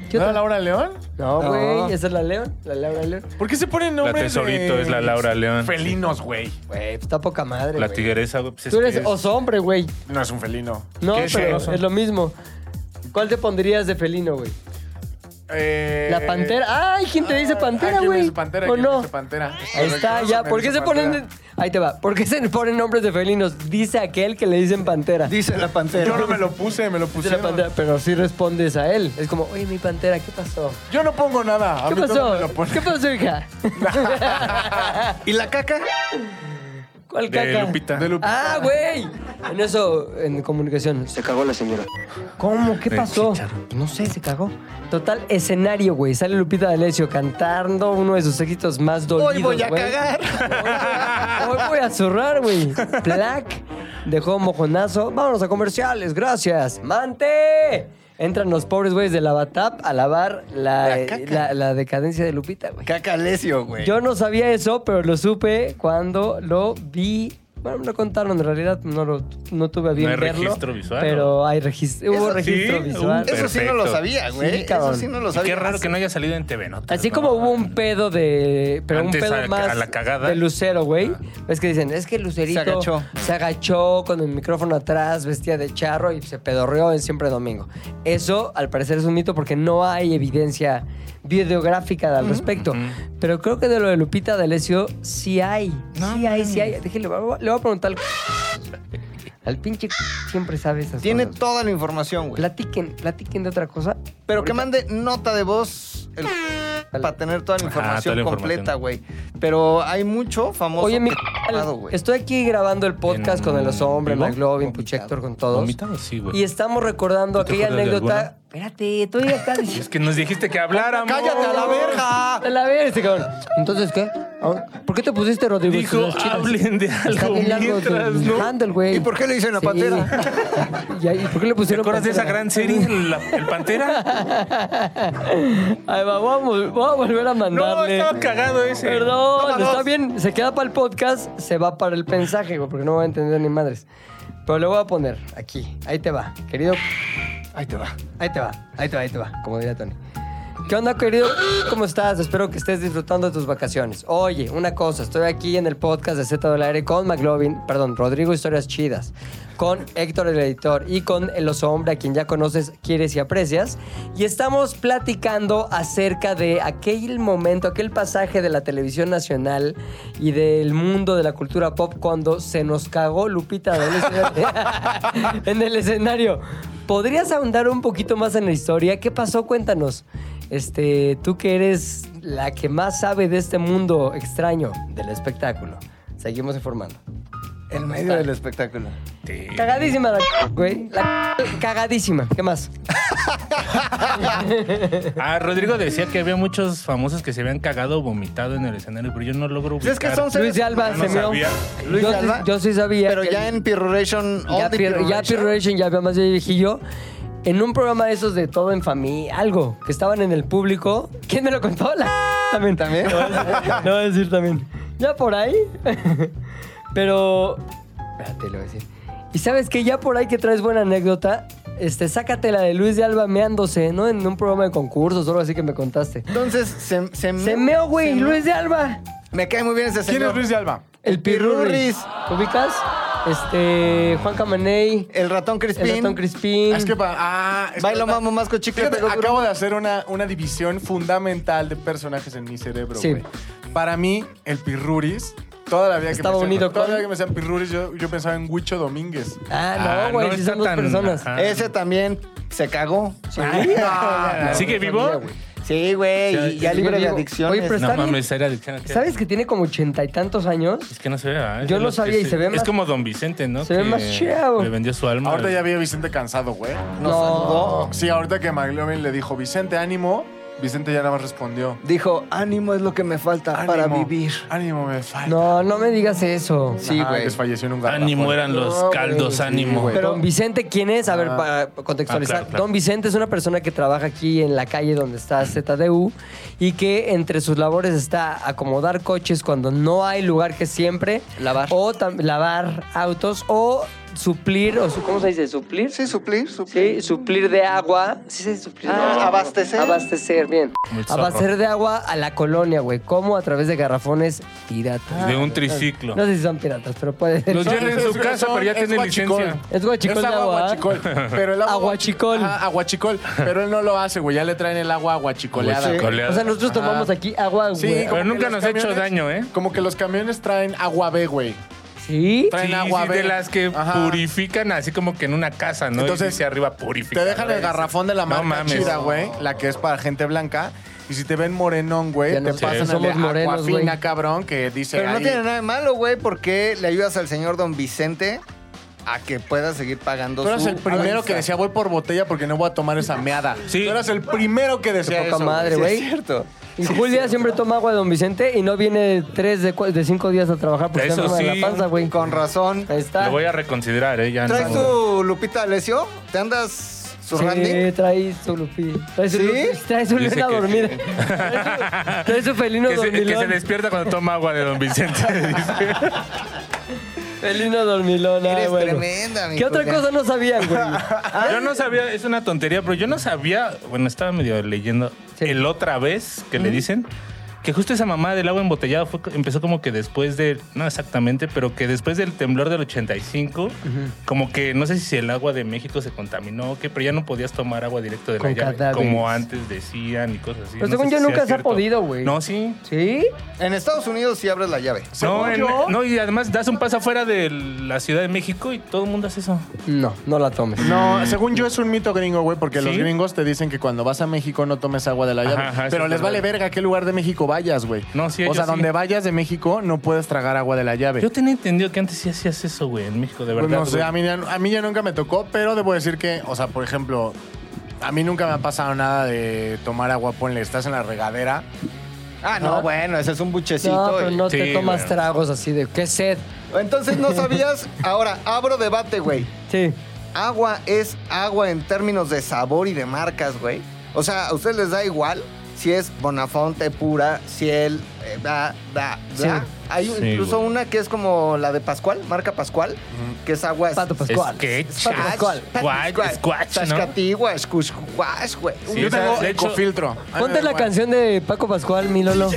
Speaker 2: ¿Qué
Speaker 3: ¿No era
Speaker 2: otra?
Speaker 3: Laura León?
Speaker 2: No,
Speaker 5: No.
Speaker 2: güey. Esa es la León. La Laura León.
Speaker 3: ¿Por qué se ponen
Speaker 4: La
Speaker 3: nombres
Speaker 4: tesorito
Speaker 3: de-
Speaker 4: es la Laura León.
Speaker 3: Felinos, güey.
Speaker 2: Güey, pues está poca madre,
Speaker 4: La
Speaker 2: güey.
Speaker 4: tigresa, güey. pues es
Speaker 2: Tú eres
Speaker 4: que es-
Speaker 2: oso hombre, güey.
Speaker 3: No es un felino.
Speaker 2: No,
Speaker 4: ¿Qué es
Speaker 2: pero
Speaker 4: oso?
Speaker 2: es lo mismo. ¿Cuál te pondrías de felino, güey?
Speaker 3: Eh, ah,
Speaker 2: La pantera. ¡Ay! ¿Quién te dice
Speaker 3: ¿a
Speaker 2: pantera,
Speaker 3: quién
Speaker 2: güey?
Speaker 3: dice pantera?
Speaker 2: ¿O
Speaker 3: ¿Quién
Speaker 2: no?
Speaker 3: dice pantera?
Speaker 2: Ahí está,
Speaker 3: Correcto,
Speaker 2: ya.
Speaker 3: me
Speaker 2: ¿Por qué
Speaker 3: dice
Speaker 2: se ponen.?
Speaker 3: pantera.
Speaker 2: Ahí te va. ¿Por qué se ponen nombres de felinos? Dice aquel que le dicen pantera.
Speaker 5: Dice la pantera.
Speaker 3: Yo no me lo puse, me lo
Speaker 2: Dice la
Speaker 3: pusieron.
Speaker 2: pantera, pero sí respondes a él. Es como, oye, mi pantera, ¿qué pasó?
Speaker 3: Yo no pongo nada. A
Speaker 2: ¿Qué
Speaker 3: mí todo me
Speaker 2: pasó?
Speaker 3: lo ponen.
Speaker 2: ¿Qué pasó, hija?
Speaker 5: ¿Y la caca?
Speaker 2: ¿Cuál caca?
Speaker 4: De Lupita.
Speaker 3: De Lupita.
Speaker 2: Ah, güey. En eso, en comunicación. Se cagó la señora. ¿Cómo? ¿Qué
Speaker 5: Eh,
Speaker 4: El
Speaker 2: pasó?
Speaker 4: chicharro.
Speaker 2: No sé, se cagó. Total, escenario, güey. Sale Lupita D'Alessio cantando uno de sus éxitos más dolidos,
Speaker 5: Hoy voy a
Speaker 2: güey.
Speaker 5: cagar.
Speaker 2: Hoy voy a zurrar, güey. Plac. Dejó mojonazo. Vámonos a comerciales, gracias. ¡Mante! Entran los pobres güeyes de Lavatap a lavar la, eh,
Speaker 5: La caca.
Speaker 2: la- la decadencia de Lupita, güey.
Speaker 5: Caca Lesio, güey.
Speaker 2: Yo no sabía eso, pero lo supe cuando lo vi. Bueno, me lo contaron, en realidad no, lo, no tuve a bien
Speaker 4: No hay
Speaker 2: verlo,
Speaker 4: registro visual,
Speaker 2: Pero hay registro, hubo
Speaker 5: Eso-
Speaker 2: registro
Speaker 4: sí,
Speaker 2: visual.
Speaker 4: hubo-
Speaker 5: Eso sí no lo
Speaker 4: Perfecto.
Speaker 5: sabía,
Speaker 2: Sí,
Speaker 5: güey. Eso
Speaker 2: cabrón.
Speaker 5: sí no lo
Speaker 4: Y
Speaker 5: sabía.
Speaker 4: Qué raro que no haya salido en TV, ¿no?
Speaker 2: Así como hubo un pedo de. Pero
Speaker 4: Antes
Speaker 2: un pedo
Speaker 4: a la-
Speaker 2: más.
Speaker 4: a la cagada. Ah.
Speaker 2: De Lucero, güey. Es que dicen, es que Lucerito.
Speaker 5: Se agachó.
Speaker 2: Se agachó con el micrófono atrás, vestía de charro y se pedorreó en siempre domingo. Eso, al parecer, es un mito porque no hay evidencia videográfica
Speaker 4: Mm,
Speaker 2: al respecto. Pero creo que de lo de Lupita D'Alessio sí hay. sí hay, sí hay. Dije, le voy a- le voy a preguntar al. al pinche. Siempre sabe esas
Speaker 5: Tiene
Speaker 2: cosas.
Speaker 5: toda la información, güey.
Speaker 2: Platiquen, platiquen de otra cosa.
Speaker 5: Pero que mande nota de voz el- para tener toda la
Speaker 4: Ajá, toda la
Speaker 5: información
Speaker 4: información.
Speaker 5: completa, güey. Pero hay mucho famoso.
Speaker 2: Oye, mi
Speaker 5: que- Lado, güey.
Speaker 2: estoy aquí grabando el podcast
Speaker 4: ¿En
Speaker 2: con el oso hombre,
Speaker 4: vivo?
Speaker 2: la Globin, Puchector, con todos.
Speaker 4: ¿Vomitado? Sí, güey.
Speaker 2: Y estamos recordando
Speaker 4: ¿Tú te
Speaker 2: aquella
Speaker 4: acuerdas de
Speaker 2: anécdota. Espérate, tú ya estás
Speaker 4: Es que nos dijiste que habláramos.
Speaker 5: ¡Cállate a la verga!
Speaker 2: A la verga, este cabrón. Entonces, ¿qué? Ah, ¿Por qué te pusiste Rodrigo?
Speaker 4: Dijo,
Speaker 2: Las chivas.
Speaker 4: hablen de
Speaker 2: "Ah, Está
Speaker 4: algo
Speaker 2: bien largo tu
Speaker 4: mientras, ¿no?
Speaker 2: handle, güey.
Speaker 5: ¿Y por qué le dicen la
Speaker 2: Sí.
Speaker 5: pantera?
Speaker 2: ¿Y ahí- por qué le
Speaker 4: ¿Te
Speaker 2: pusieron
Speaker 4: acuerdas de esa
Speaker 2: pantera?
Speaker 4: gran serie, la- El Pantera?
Speaker 2: Ahí va, vamos, voy a volver a
Speaker 4: No,
Speaker 2: mandarle.
Speaker 4: estaba cagado ese.
Speaker 2: Perdón,
Speaker 5: Toma dos.
Speaker 2: está bien. Se queda para el podcast, se va para el mensaje, güey, porque no voy a entender ni madres. Pero le voy a poner aquí. Ahí te va, querido.
Speaker 5: Ahí te va.
Speaker 2: Ahí te va, ahí te va, ahí te va, como diría Tony. ¿Qué onda, querido? ¿Cómo estás? Espero que estés disfrutando de tus vacaciones. Oye, una cosa, estoy aquí en el podcast de Z del Aire con McLovin, perdón, Rodrigo Historias Chidas. con Héctor el editor y con el oso hombre a quien ya conoces, quieres y aprecias. Y estamos platicando acerca de aquel momento, aquel pasaje de la televisión nacional y del mundo de la cultura pop cuando se nos cagó Lupita del escenario- en el escenario. ¿Podrías ahondar un poquito más en la historia? ¿Qué pasó? Cuéntanos. Este, tú que eres la que más sabe de este mundo extraño del espectáculo. Seguimos informando.
Speaker 5: En medio del espectáculo.
Speaker 2: Cagadísima la c- güey. La c- cagadísima. ¿Qué más?
Speaker 4: Ah, Rodrigo decía que había muchos famosos que se habían cagado o vomitado en el escenario, pero yo no logro
Speaker 5: Pues es que
Speaker 4: ubicar.
Speaker 5: son seres-
Speaker 2: Luis de Alba
Speaker 4: no
Speaker 2: se meó.
Speaker 4: sabía.
Speaker 5: Luis
Speaker 2: yo,
Speaker 5: de
Speaker 2: sí-
Speaker 5: Alba,
Speaker 2: yo sí sabía.
Speaker 5: Pero
Speaker 2: que
Speaker 5: ya
Speaker 2: el-
Speaker 5: en Pirroration, all
Speaker 2: ya
Speaker 5: the
Speaker 2: Pir- ya
Speaker 5: Pirroration.
Speaker 2: Pirroration, ya había más de viejillo. En un programa de esos de todo en familia, algo, que estaban en el público. ¿Quién me lo contó? La también.
Speaker 5: ¿También?
Speaker 2: Lo voy a- lo voy a decir también. Ya por ahí. Pero. Espérate, lo voy a decir. Y sabes que ya por ahí que traes buena anécdota, este, sácate la de Luis de Alba meándose, ¿no? En un programa de concursos, solo así que me contaste.
Speaker 5: Entonces, se, se,
Speaker 2: Mm, Se meó,
Speaker 5: se
Speaker 2: güey,
Speaker 5: meó.
Speaker 2: Luis de Alba.
Speaker 5: Me cae muy bien ese señor.
Speaker 3: ¿Quién es Luis de Alba?
Speaker 2: El Pirurris. ¿Ubicas? Este. Juan Camaney.
Speaker 5: El ratón Crispín.
Speaker 2: El ratón Crispín.
Speaker 3: Es que pa- ah, es que-
Speaker 5: Bailo mamo más con chicle.
Speaker 3: Fíjate,
Speaker 5: pego duro.
Speaker 3: acabo de hacer una, una división fundamental de personajes en mi cerebro,
Speaker 2: Sí.
Speaker 3: güey. Para mí, el Pirruris, toda la vida que
Speaker 2: Estaba
Speaker 3: me
Speaker 2: unido
Speaker 3: toda la
Speaker 2: con-
Speaker 3: vida que me decían Pirruris, yo, yo pensaba en Huicho Domínguez.
Speaker 2: Ah,
Speaker 4: Ah,
Speaker 2: no, güey,
Speaker 4: no
Speaker 2: sí
Speaker 4: está
Speaker 2: son dos
Speaker 4: tan-
Speaker 2: personas.
Speaker 4: ajá.
Speaker 5: Ese también se cagó.
Speaker 4: ¿Sigue vivo?
Speaker 5: Sí, güey. y ya
Speaker 2: sí,
Speaker 5: libre de
Speaker 2: digo,
Speaker 5: adicciones.
Speaker 2: oye, pero
Speaker 4: No
Speaker 2: Está bien.
Speaker 4: mames, era adicción. ¿a qué?
Speaker 2: ¿Sabes que tiene como ochenta y tantos años?
Speaker 4: Es que no se ve. ¿verdad? Es
Speaker 2: Yo
Speaker 4: de
Speaker 2: lo
Speaker 4: los
Speaker 2: sabía
Speaker 4: que
Speaker 2: y se ve
Speaker 4: Es
Speaker 2: más-
Speaker 4: como Don Vicente, ¿no?
Speaker 2: se ve
Speaker 4: Que
Speaker 2: más chido.
Speaker 4: Le vendió su alma.
Speaker 3: Ahorita ya vi a Vicente cansado, güey.
Speaker 5: Nos saludó.
Speaker 3: Sí, ahorita que McLovin le dijo, Vicente, ánimo, Vicente ya nada más respondió.
Speaker 5: Dijo, ánimo es lo que me falta para
Speaker 3: "Ánimo,
Speaker 5: vivir.
Speaker 3: Ánimo me falta.
Speaker 2: No, no me digas eso.
Speaker 5: Sí,
Speaker 3: Ajá,
Speaker 5: güey.
Speaker 3: Desfalleció en un garrafón.
Speaker 4: Ánimo eran
Speaker 2: No,
Speaker 4: los caldos,
Speaker 2: güey,
Speaker 4: ánimo.
Speaker 3: güey.
Speaker 2: Pero, Don Vicente, ¿quién es? A ver, para contextualizar.
Speaker 4: Ah, claro, claro.
Speaker 2: Don Vicente es una persona que trabaja aquí en la calle donde está ZDU y que entre sus labores está acomodar coches cuando no hay lugar que siempre.
Speaker 5: Lavar.
Speaker 2: O tam- lavar autos o suplir, o su- ¿cómo se dice? ¿Suplir?
Speaker 5: Sí, suplir, suplir.
Speaker 2: Sí, suplir de agua. Sí, sí, suplir de
Speaker 5: Ah,
Speaker 2: agua.
Speaker 5: abastecer.
Speaker 2: Abastecer, bien.
Speaker 4: Muy zorro.
Speaker 2: Abastecer de agua a la colonia, güey. ¿Cómo? A través de garrafones piratas.
Speaker 4: De un triciclo.
Speaker 2: ah, No sé si son piratas, pero puede ser.
Speaker 4: Los llevan en su
Speaker 3: Es- es-
Speaker 4: casa,
Speaker 3: son-
Speaker 4: pero ya
Speaker 3: es
Speaker 4: tiene
Speaker 3: guachicol.
Speaker 4: licencia.
Speaker 2: Es guachicol
Speaker 3: Es
Speaker 2: de
Speaker 3: agua
Speaker 2: agua. ¿eh?
Speaker 3: guachicol. Pero el agua
Speaker 2: Aguachicol.
Speaker 3: Ah, aguachicol. Pero él no lo hace, güey. Ya le traen el agua aguachicoleada. güey.
Speaker 4: Guachicoleada.
Speaker 2: O sea, nosotros tomamos aquí agua, güey.
Speaker 3: Sí,
Speaker 2: Sí.
Speaker 3: como
Speaker 4: Pero nunca
Speaker 3: que los
Speaker 4: nos ha hecho
Speaker 3: camiones-
Speaker 4: daño, ¿eh?
Speaker 3: Como que los camiones traen agua B, güey. Traen
Speaker 4: Sí,
Speaker 3: agua
Speaker 4: sí,
Speaker 3: B.
Speaker 4: de las que
Speaker 3: Ajá.
Speaker 4: purifican así como que en una casa, ¿no?
Speaker 3: Entonces,
Speaker 4: Entonces, dice arriba purifica.
Speaker 3: Te dejan el garrafón de la marca
Speaker 4: mames.
Speaker 3: chida, güey. La que es para gente blanca. Y si te ven morenón, güey,
Speaker 2: Ya
Speaker 3: te
Speaker 2: nos-
Speaker 4: Sí.
Speaker 3: pasan el
Speaker 2: somos
Speaker 3: de
Speaker 2: morenos,
Speaker 3: agua fina,
Speaker 2: güey.
Speaker 3: cabrón, que dice
Speaker 5: Pero no
Speaker 3: ahí-
Speaker 5: tiene nada de malo, güey, porque le ayudas al señor Don Vicente a que pueda seguir pagando
Speaker 3: Tú eras
Speaker 5: su
Speaker 3: el primero
Speaker 5: avanza.
Speaker 3: que decía, voy por botella porque no voy a tomar esa meada.
Speaker 4: Sí.
Speaker 3: Tú eras el primero que
Speaker 2: Qué
Speaker 3: decía
Speaker 2: poca
Speaker 3: eso,
Speaker 2: madre,
Speaker 3: güey.
Speaker 5: Sí, es
Speaker 2: güey.
Speaker 5: cierto.
Speaker 2: Y Julia siempre toma agua de Don Vicente y no viene tres de, cua- de cinco días a trabajar porque
Speaker 4: Eso
Speaker 2: está enferma de
Speaker 4: sí.
Speaker 2: la panza, güey.
Speaker 5: Con razón.
Speaker 2: Ahí está.
Speaker 4: Lo voy a reconsiderar, ¿eh? Ya
Speaker 5: ¿Traes
Speaker 4: no.
Speaker 5: tu Lupita Alessio? ¿Te andas zurranding?
Speaker 2: Sí, trae su lupi. Trae su
Speaker 5: ¿Sí?
Speaker 2: lupi. Trae su
Speaker 4: Dice
Speaker 2: luna
Speaker 4: que-
Speaker 2: dormida. Trae su- Trae su felino
Speaker 4: Que se, que se
Speaker 2: dormilón.
Speaker 4: despierta cuando toma agua de Don Vicente. dice.
Speaker 2: Felino dormilón. ah,
Speaker 5: Eres
Speaker 2: bueno.
Speaker 5: tremenda, mi
Speaker 2: ¿Qué otra
Speaker 5: Julia.
Speaker 2: cosa no sabían, güey?
Speaker 4: yo no sabía, es una tontería, pero yo no sabía, bueno, estaba medio leyendo
Speaker 2: Sí.
Speaker 4: el otra vez que le dicen que justo esa mamá del agua embotellada fue, empezó como que después de, no exactamente, pero que después del temblor del 85, como que no sé si el agua de México se contaminó o qué, pero ya no podías tomar agua directo de
Speaker 2: Con
Speaker 4: la llave,
Speaker 2: cadáveres.
Speaker 4: como antes decían y cosas así.
Speaker 2: Pero
Speaker 4: No
Speaker 2: según
Speaker 4: sé
Speaker 2: yo
Speaker 4: si
Speaker 2: nunca
Speaker 4: sea
Speaker 2: se ha
Speaker 4: cierto.
Speaker 2: podido, güey.
Speaker 4: No, sí.
Speaker 2: ¿Sí?
Speaker 5: En Estados Unidos sí abres la llave.
Speaker 4: No,
Speaker 3: Según
Speaker 4: en-
Speaker 3: yo-
Speaker 4: no, y además das un paso afuera de la Ciudad de México y todo el mundo hace eso.
Speaker 2: No, no la tomes.
Speaker 3: No, según yo es un mito gringo, güey, porque
Speaker 4: ¿Sí?
Speaker 3: los gringos te dicen que cuando vas a México no tomes agua de la llave.
Speaker 4: Ajá, ajá,
Speaker 3: pero
Speaker 4: sí,
Speaker 3: les
Speaker 4: es
Speaker 3: vale
Speaker 4: verdad.
Speaker 3: verga a qué lugar de México vayas, güey.
Speaker 4: No, sí,
Speaker 3: O
Speaker 4: ellos
Speaker 3: sea,
Speaker 4: sí.
Speaker 3: donde vayas de México no puedes tragar agua de la llave.
Speaker 4: Yo tenía entendido que antes sí hacías eso, güey, en México, de
Speaker 3: Pues
Speaker 4: verdad.
Speaker 3: no sé,
Speaker 4: güey.
Speaker 3: a mí, ya, a mí ya nunca me tocó, pero debo decir que, o sea, por ejemplo, a mí nunca me ha pasado nada de tomar agua, ponle, estás en la regadera.
Speaker 5: Ah, no,
Speaker 2: Ah.
Speaker 5: bueno, ese es un buchecito.
Speaker 2: No, pero
Speaker 5: güey.
Speaker 2: no
Speaker 4: Sí,
Speaker 2: te tomas
Speaker 4: güey.
Speaker 2: tragos así de qué sed.
Speaker 5: Entonces no sabías. Ahora, abro debate, güey.
Speaker 2: Sí.
Speaker 5: Agua es agua en términos de sabor y de marcas, güey. O sea, ¿a ustedes les da igual si es Bonafonte, Pura, Ciel, eh, da, da,
Speaker 2: Sí.
Speaker 5: da? Hay
Speaker 4: Sí,
Speaker 5: incluso
Speaker 4: güey.
Speaker 5: una que es como la de Pascual, marca Pascual, que es agua...
Speaker 2: Pato Pascual.
Speaker 4: Sketch.
Speaker 2: Es Pato Pascual.
Speaker 4: Guay, squash, ¿no?
Speaker 5: Chascatigua, escuchcuash, güey.
Speaker 4: Sí,
Speaker 3: Yo
Speaker 4: o sea,
Speaker 3: tengo
Speaker 4: de hecho-
Speaker 3: ecofiltro. Ah,
Speaker 2: Ponte la canción de Paco Pascual, mi Lolo.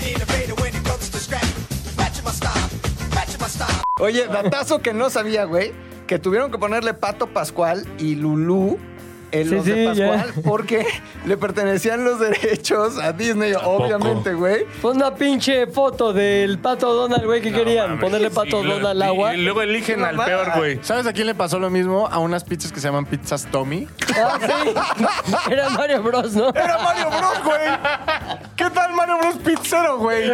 Speaker 5: Oye, datazo que no sabía, güey. que tuvieron que ponerle Pato Pascual y Lulú en
Speaker 2: Sí,
Speaker 5: los
Speaker 2: sí,
Speaker 5: de
Speaker 2: ya.
Speaker 5: Pascual porque le pertenecían los derechos a Disney, obviamente, güey.
Speaker 2: Fue una pinche foto del pato Donald, güey, que querían
Speaker 4: mames.
Speaker 2: ponerle pato
Speaker 4: Y lo-
Speaker 2: Donald al agua.
Speaker 4: Y, y luego eligen al peor, güey.
Speaker 3: ¿Sabes a quién le pasó lo mismo? A unas pizzas que se llaman pizzas Tommy.
Speaker 2: Ah, sí. Era Mario Bros, ¿no?
Speaker 5: Era Mario Bros, güey. ¿Qué tal Mario Bros Pizzero, güey?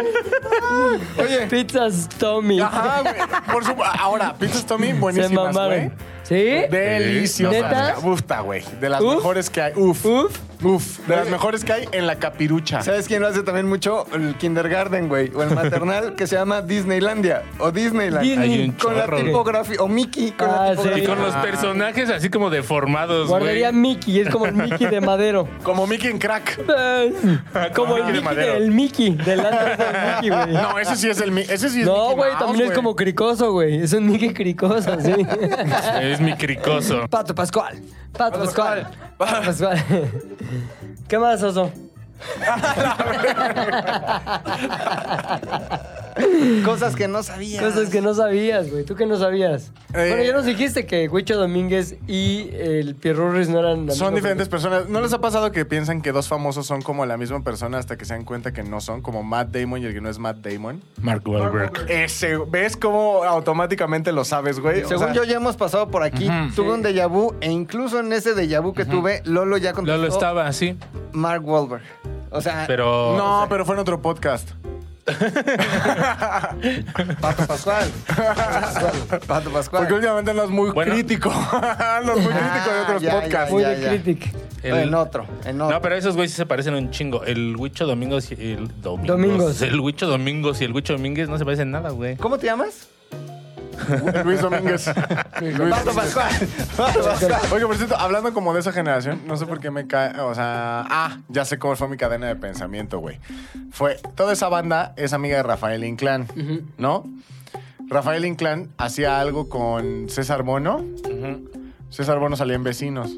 Speaker 5: Oye,
Speaker 2: Pizzas Tommy.
Speaker 3: Ajá, güey. Por su- Ahora, pizzas Tommy,
Speaker 2: Se
Speaker 3: buenísimas, güey.
Speaker 2: mamaron. ¿Sí? ¿Neta?
Speaker 3: Deliciosas. Bufta, güey. De las
Speaker 2: Uf.
Speaker 3: mejores que hay. Uf.
Speaker 2: Uf.
Speaker 3: Uf. De las mejores que hay en la capirucha.
Speaker 5: ¿Sabes quién lo hace también mucho? El kindergarten, güey. O el maternal que se llama Disneylandia. O Disneyland.
Speaker 2: Disney.
Speaker 4: Hay un
Speaker 5: Con la
Speaker 4: chorro.
Speaker 5: tipografía. O Mickey con
Speaker 2: Ah,
Speaker 5: la
Speaker 2: sí.
Speaker 5: tipografía.
Speaker 4: Y con los personajes así como deformados, güey.
Speaker 2: Guardería Mickey, es como el Mickey de Madero.
Speaker 3: Como Mickey en crack.
Speaker 2: Ay, Como el
Speaker 4: Mickey de
Speaker 2: Mickey,
Speaker 4: Madero.
Speaker 2: del Mickey, del Atlas del Mickey, güey.
Speaker 3: No, ese sí es el mi- ese sí es
Speaker 2: No,
Speaker 3: Mickey
Speaker 2: güey,
Speaker 3: Mouse,
Speaker 2: también es como cricoso, güey. Es un Mickey cricoso, sí.
Speaker 4: Es mi cricoso.
Speaker 2: Pato Pascual. Pato Pascual. Pato Pascual. ¿Qué más, Oso?
Speaker 5: Cosas que no sabía.
Speaker 2: Cosas que no sabías, güey. ¿Tú qué no sabías?
Speaker 3: Eh.
Speaker 2: Bueno, ya nos dijiste que Huicho Domínguez y el Pierrurris no eran... amigos,
Speaker 3: Son diferentes
Speaker 2: güey.
Speaker 3: personas. ¿No les ha pasado que piensan que dos famosos son como la misma persona hasta que se dan cuenta que no son? Como Matt Damon y el que no es Matt Damon.
Speaker 4: Mark Wahlberg.
Speaker 3: Ese, ¿ves cómo automáticamente lo sabes, güey? O
Speaker 5: Según
Speaker 3: sea,
Speaker 5: yo ya hemos pasado por aquí, tuve un déjà vu e incluso en ese déjà vu que tuve, Lolo ya contestó
Speaker 4: Lolo estaba así,
Speaker 5: Mark Wahlberg. O sea,
Speaker 4: pero...
Speaker 3: No, pero fue en otro podcast.
Speaker 5: Pato Pascual. Pato Pascual.
Speaker 3: Porque últimamente andas muy
Speaker 4: Bueno.
Speaker 3: crítico. andas muy crítico de
Speaker 5: Ah,
Speaker 3: otros
Speaker 5: ya, ya,
Speaker 3: podcasts.
Speaker 2: Muy
Speaker 5: Ya,
Speaker 2: de
Speaker 5: ya.
Speaker 2: critic.
Speaker 4: el-
Speaker 5: En otro, en otro.
Speaker 4: No, pero esos güeyes se parecen un chingo. El Huicho Domingos y el Domingos.
Speaker 2: Domingos.
Speaker 4: El Huicho Domingos y el Huicho Domínguez no se parecen nada, güey.
Speaker 5: ¿Cómo te llamas?
Speaker 3: Luis Domínguez. Luis Domínguez.
Speaker 5: Pato Pascual. Pato Pascual.
Speaker 3: Oye, por cierto, hablando como de esa generación, no sé por qué me cae. O sea, ah, ya sé cómo fue mi cadena de pensamiento, güey. Fue. Toda esa banda es amiga de Rafael Inclán, ¿no? Rafael Inclán hacía algo con César Bono. César Bono salía en vecinos.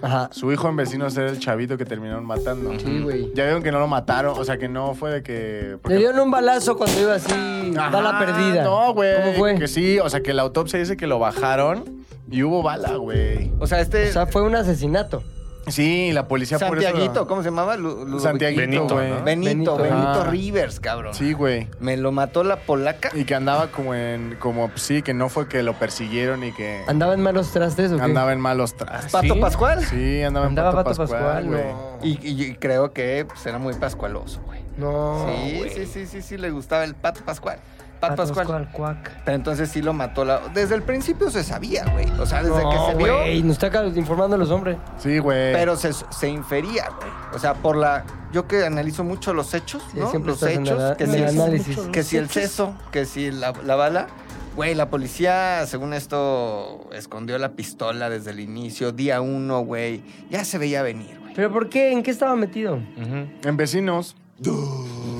Speaker 2: Ajá.
Speaker 3: Su hijo en vecinos era el chavito que terminaron matando.
Speaker 2: Sí, güey.
Speaker 3: Ya vieron que no lo mataron, o sea que no fue de que. porque-
Speaker 2: Le dieron un balazo cuando iba así,
Speaker 3: Ajá,
Speaker 2: bala perdida.
Speaker 3: No, güey.
Speaker 2: ¿Cómo fue?
Speaker 3: Que sí, o sea que la autopsia dice que lo bajaron y hubo bala, güey.
Speaker 5: O sea, este
Speaker 2: O sea, fue un asesinato.
Speaker 3: Sí, la policía por eso-
Speaker 5: Santiaguito, ¿cómo se llamaba? Lu- Lu-
Speaker 3: Santiaguito,
Speaker 4: Benito,
Speaker 3: güey.
Speaker 4: ¿no?
Speaker 5: Benito,
Speaker 2: Benito.
Speaker 5: Benito
Speaker 3: Ah.
Speaker 5: Rivers, cabrón.
Speaker 3: Sí, güey.
Speaker 5: Me lo mató la polaca.
Speaker 3: Y que andaba como en. Como, sí, que no fue que lo persiguieron y que
Speaker 2: ¿Andaba en malos trastes o qué?
Speaker 3: andaba en malos trastes.
Speaker 5: Pato
Speaker 4: ¿Sí?
Speaker 5: Pascual.
Speaker 3: Sí, andaba,
Speaker 2: Andaba
Speaker 3: en Pato,
Speaker 2: Pato
Speaker 3: Pascual,
Speaker 2: Pascual,
Speaker 3: güey.
Speaker 2: no.
Speaker 5: Y, y- y creo que pues, era muy pascualoso, güey.
Speaker 2: No.
Speaker 5: sí, sí, sí, sí, sí, le gustaba el Pato Pascual. Pato, Pascual.
Speaker 2: cuac.
Speaker 5: Pero entonces sí lo mató la. Desde el principio se sabía, güey. O sea, desde que se vio.
Speaker 2: Güey, nos está ca- informando a los hombres.
Speaker 3: Sí, güey.
Speaker 5: Pero se, se infería, güey. O sea, por la. Yo que analizo mucho los hechos,
Speaker 2: Sí,
Speaker 5: ¿no?
Speaker 2: siempre
Speaker 5: los
Speaker 2: estás en
Speaker 5: hechos.
Speaker 2: el-
Speaker 5: que
Speaker 2: en
Speaker 5: si
Speaker 2: el análisis.
Speaker 5: Que si el seso, que si la, la bala. Güey, la policía, según esto, escondió la pistola desde el inicio, día uno, güey. Ya se veía venir, güey.
Speaker 2: ¿Pero por qué? ¿En qué estaba metido?
Speaker 3: En vecinos.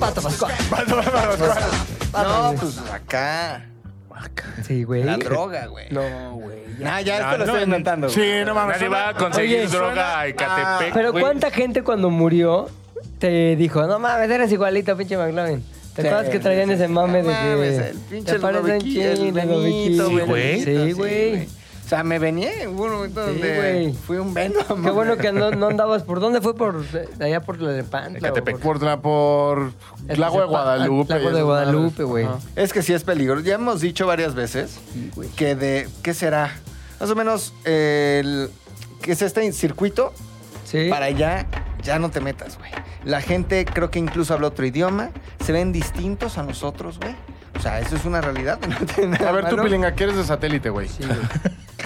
Speaker 2: Pato Pascual.
Speaker 5: No, pues acá.
Speaker 2: Sí, güey.
Speaker 5: La droga, güey.
Speaker 2: No, güey.
Speaker 5: Nah, ya
Speaker 4: No,
Speaker 5: esto lo
Speaker 4: no,
Speaker 5: estoy inventando, güey.
Speaker 3: Sí, no mames.
Speaker 4: Nadie
Speaker 3: suena-
Speaker 4: va a conseguir
Speaker 2: Oye,
Speaker 4: droga a Ecatepec,
Speaker 2: Pero
Speaker 4: güey.
Speaker 2: ¿cuánta gente cuando murió te dijo, no mames, eres igualito, pinche McLaren? ¿Te
Speaker 5: Sí,
Speaker 2: acuerdas que traían
Speaker 5: sí,
Speaker 2: ese
Speaker 5: sí.
Speaker 2: mame de que...
Speaker 5: Mames, el pinche
Speaker 2: te pareces un
Speaker 5: Ludoviquillo, el
Speaker 2: chingo,
Speaker 5: Benito,
Speaker 4: Sí,
Speaker 2: Ludoviquillo.
Speaker 4: güey.
Speaker 2: Sí, güey.
Speaker 5: O sea, me venía en un momento
Speaker 2: Sí,
Speaker 5: donde
Speaker 2: güey.
Speaker 5: fui un Venom.
Speaker 2: Qué bueno que no, no andabas por... ¿Dónde fue? Por eh, allá por la de Pantla. o
Speaker 4: Ecatepec.
Speaker 2: por-
Speaker 3: Por, la- por el lago de
Speaker 2: Lago
Speaker 3: Guadalupe.
Speaker 2: de
Speaker 3: y esas madres.
Speaker 2: Guadalupe, güey.
Speaker 3: Ajá.
Speaker 5: Es que sí es peligroso. Ya hemos dicho varias veces
Speaker 2: Sí, güey.
Speaker 5: que de. ¿Qué será? Más o menos eh, el. ¿Qué es este circuito?
Speaker 2: Sí.
Speaker 5: Para allá ya no te metas, güey. La gente creo que incluso habla otro idioma. Se ven distintos a nosotros, güey. O sea, eso es una realidad. No tiene nada
Speaker 3: A ver, tú,
Speaker 5: malo.
Speaker 3: Pilinga, que eres de satélite, güey.
Speaker 2: Sí, güey.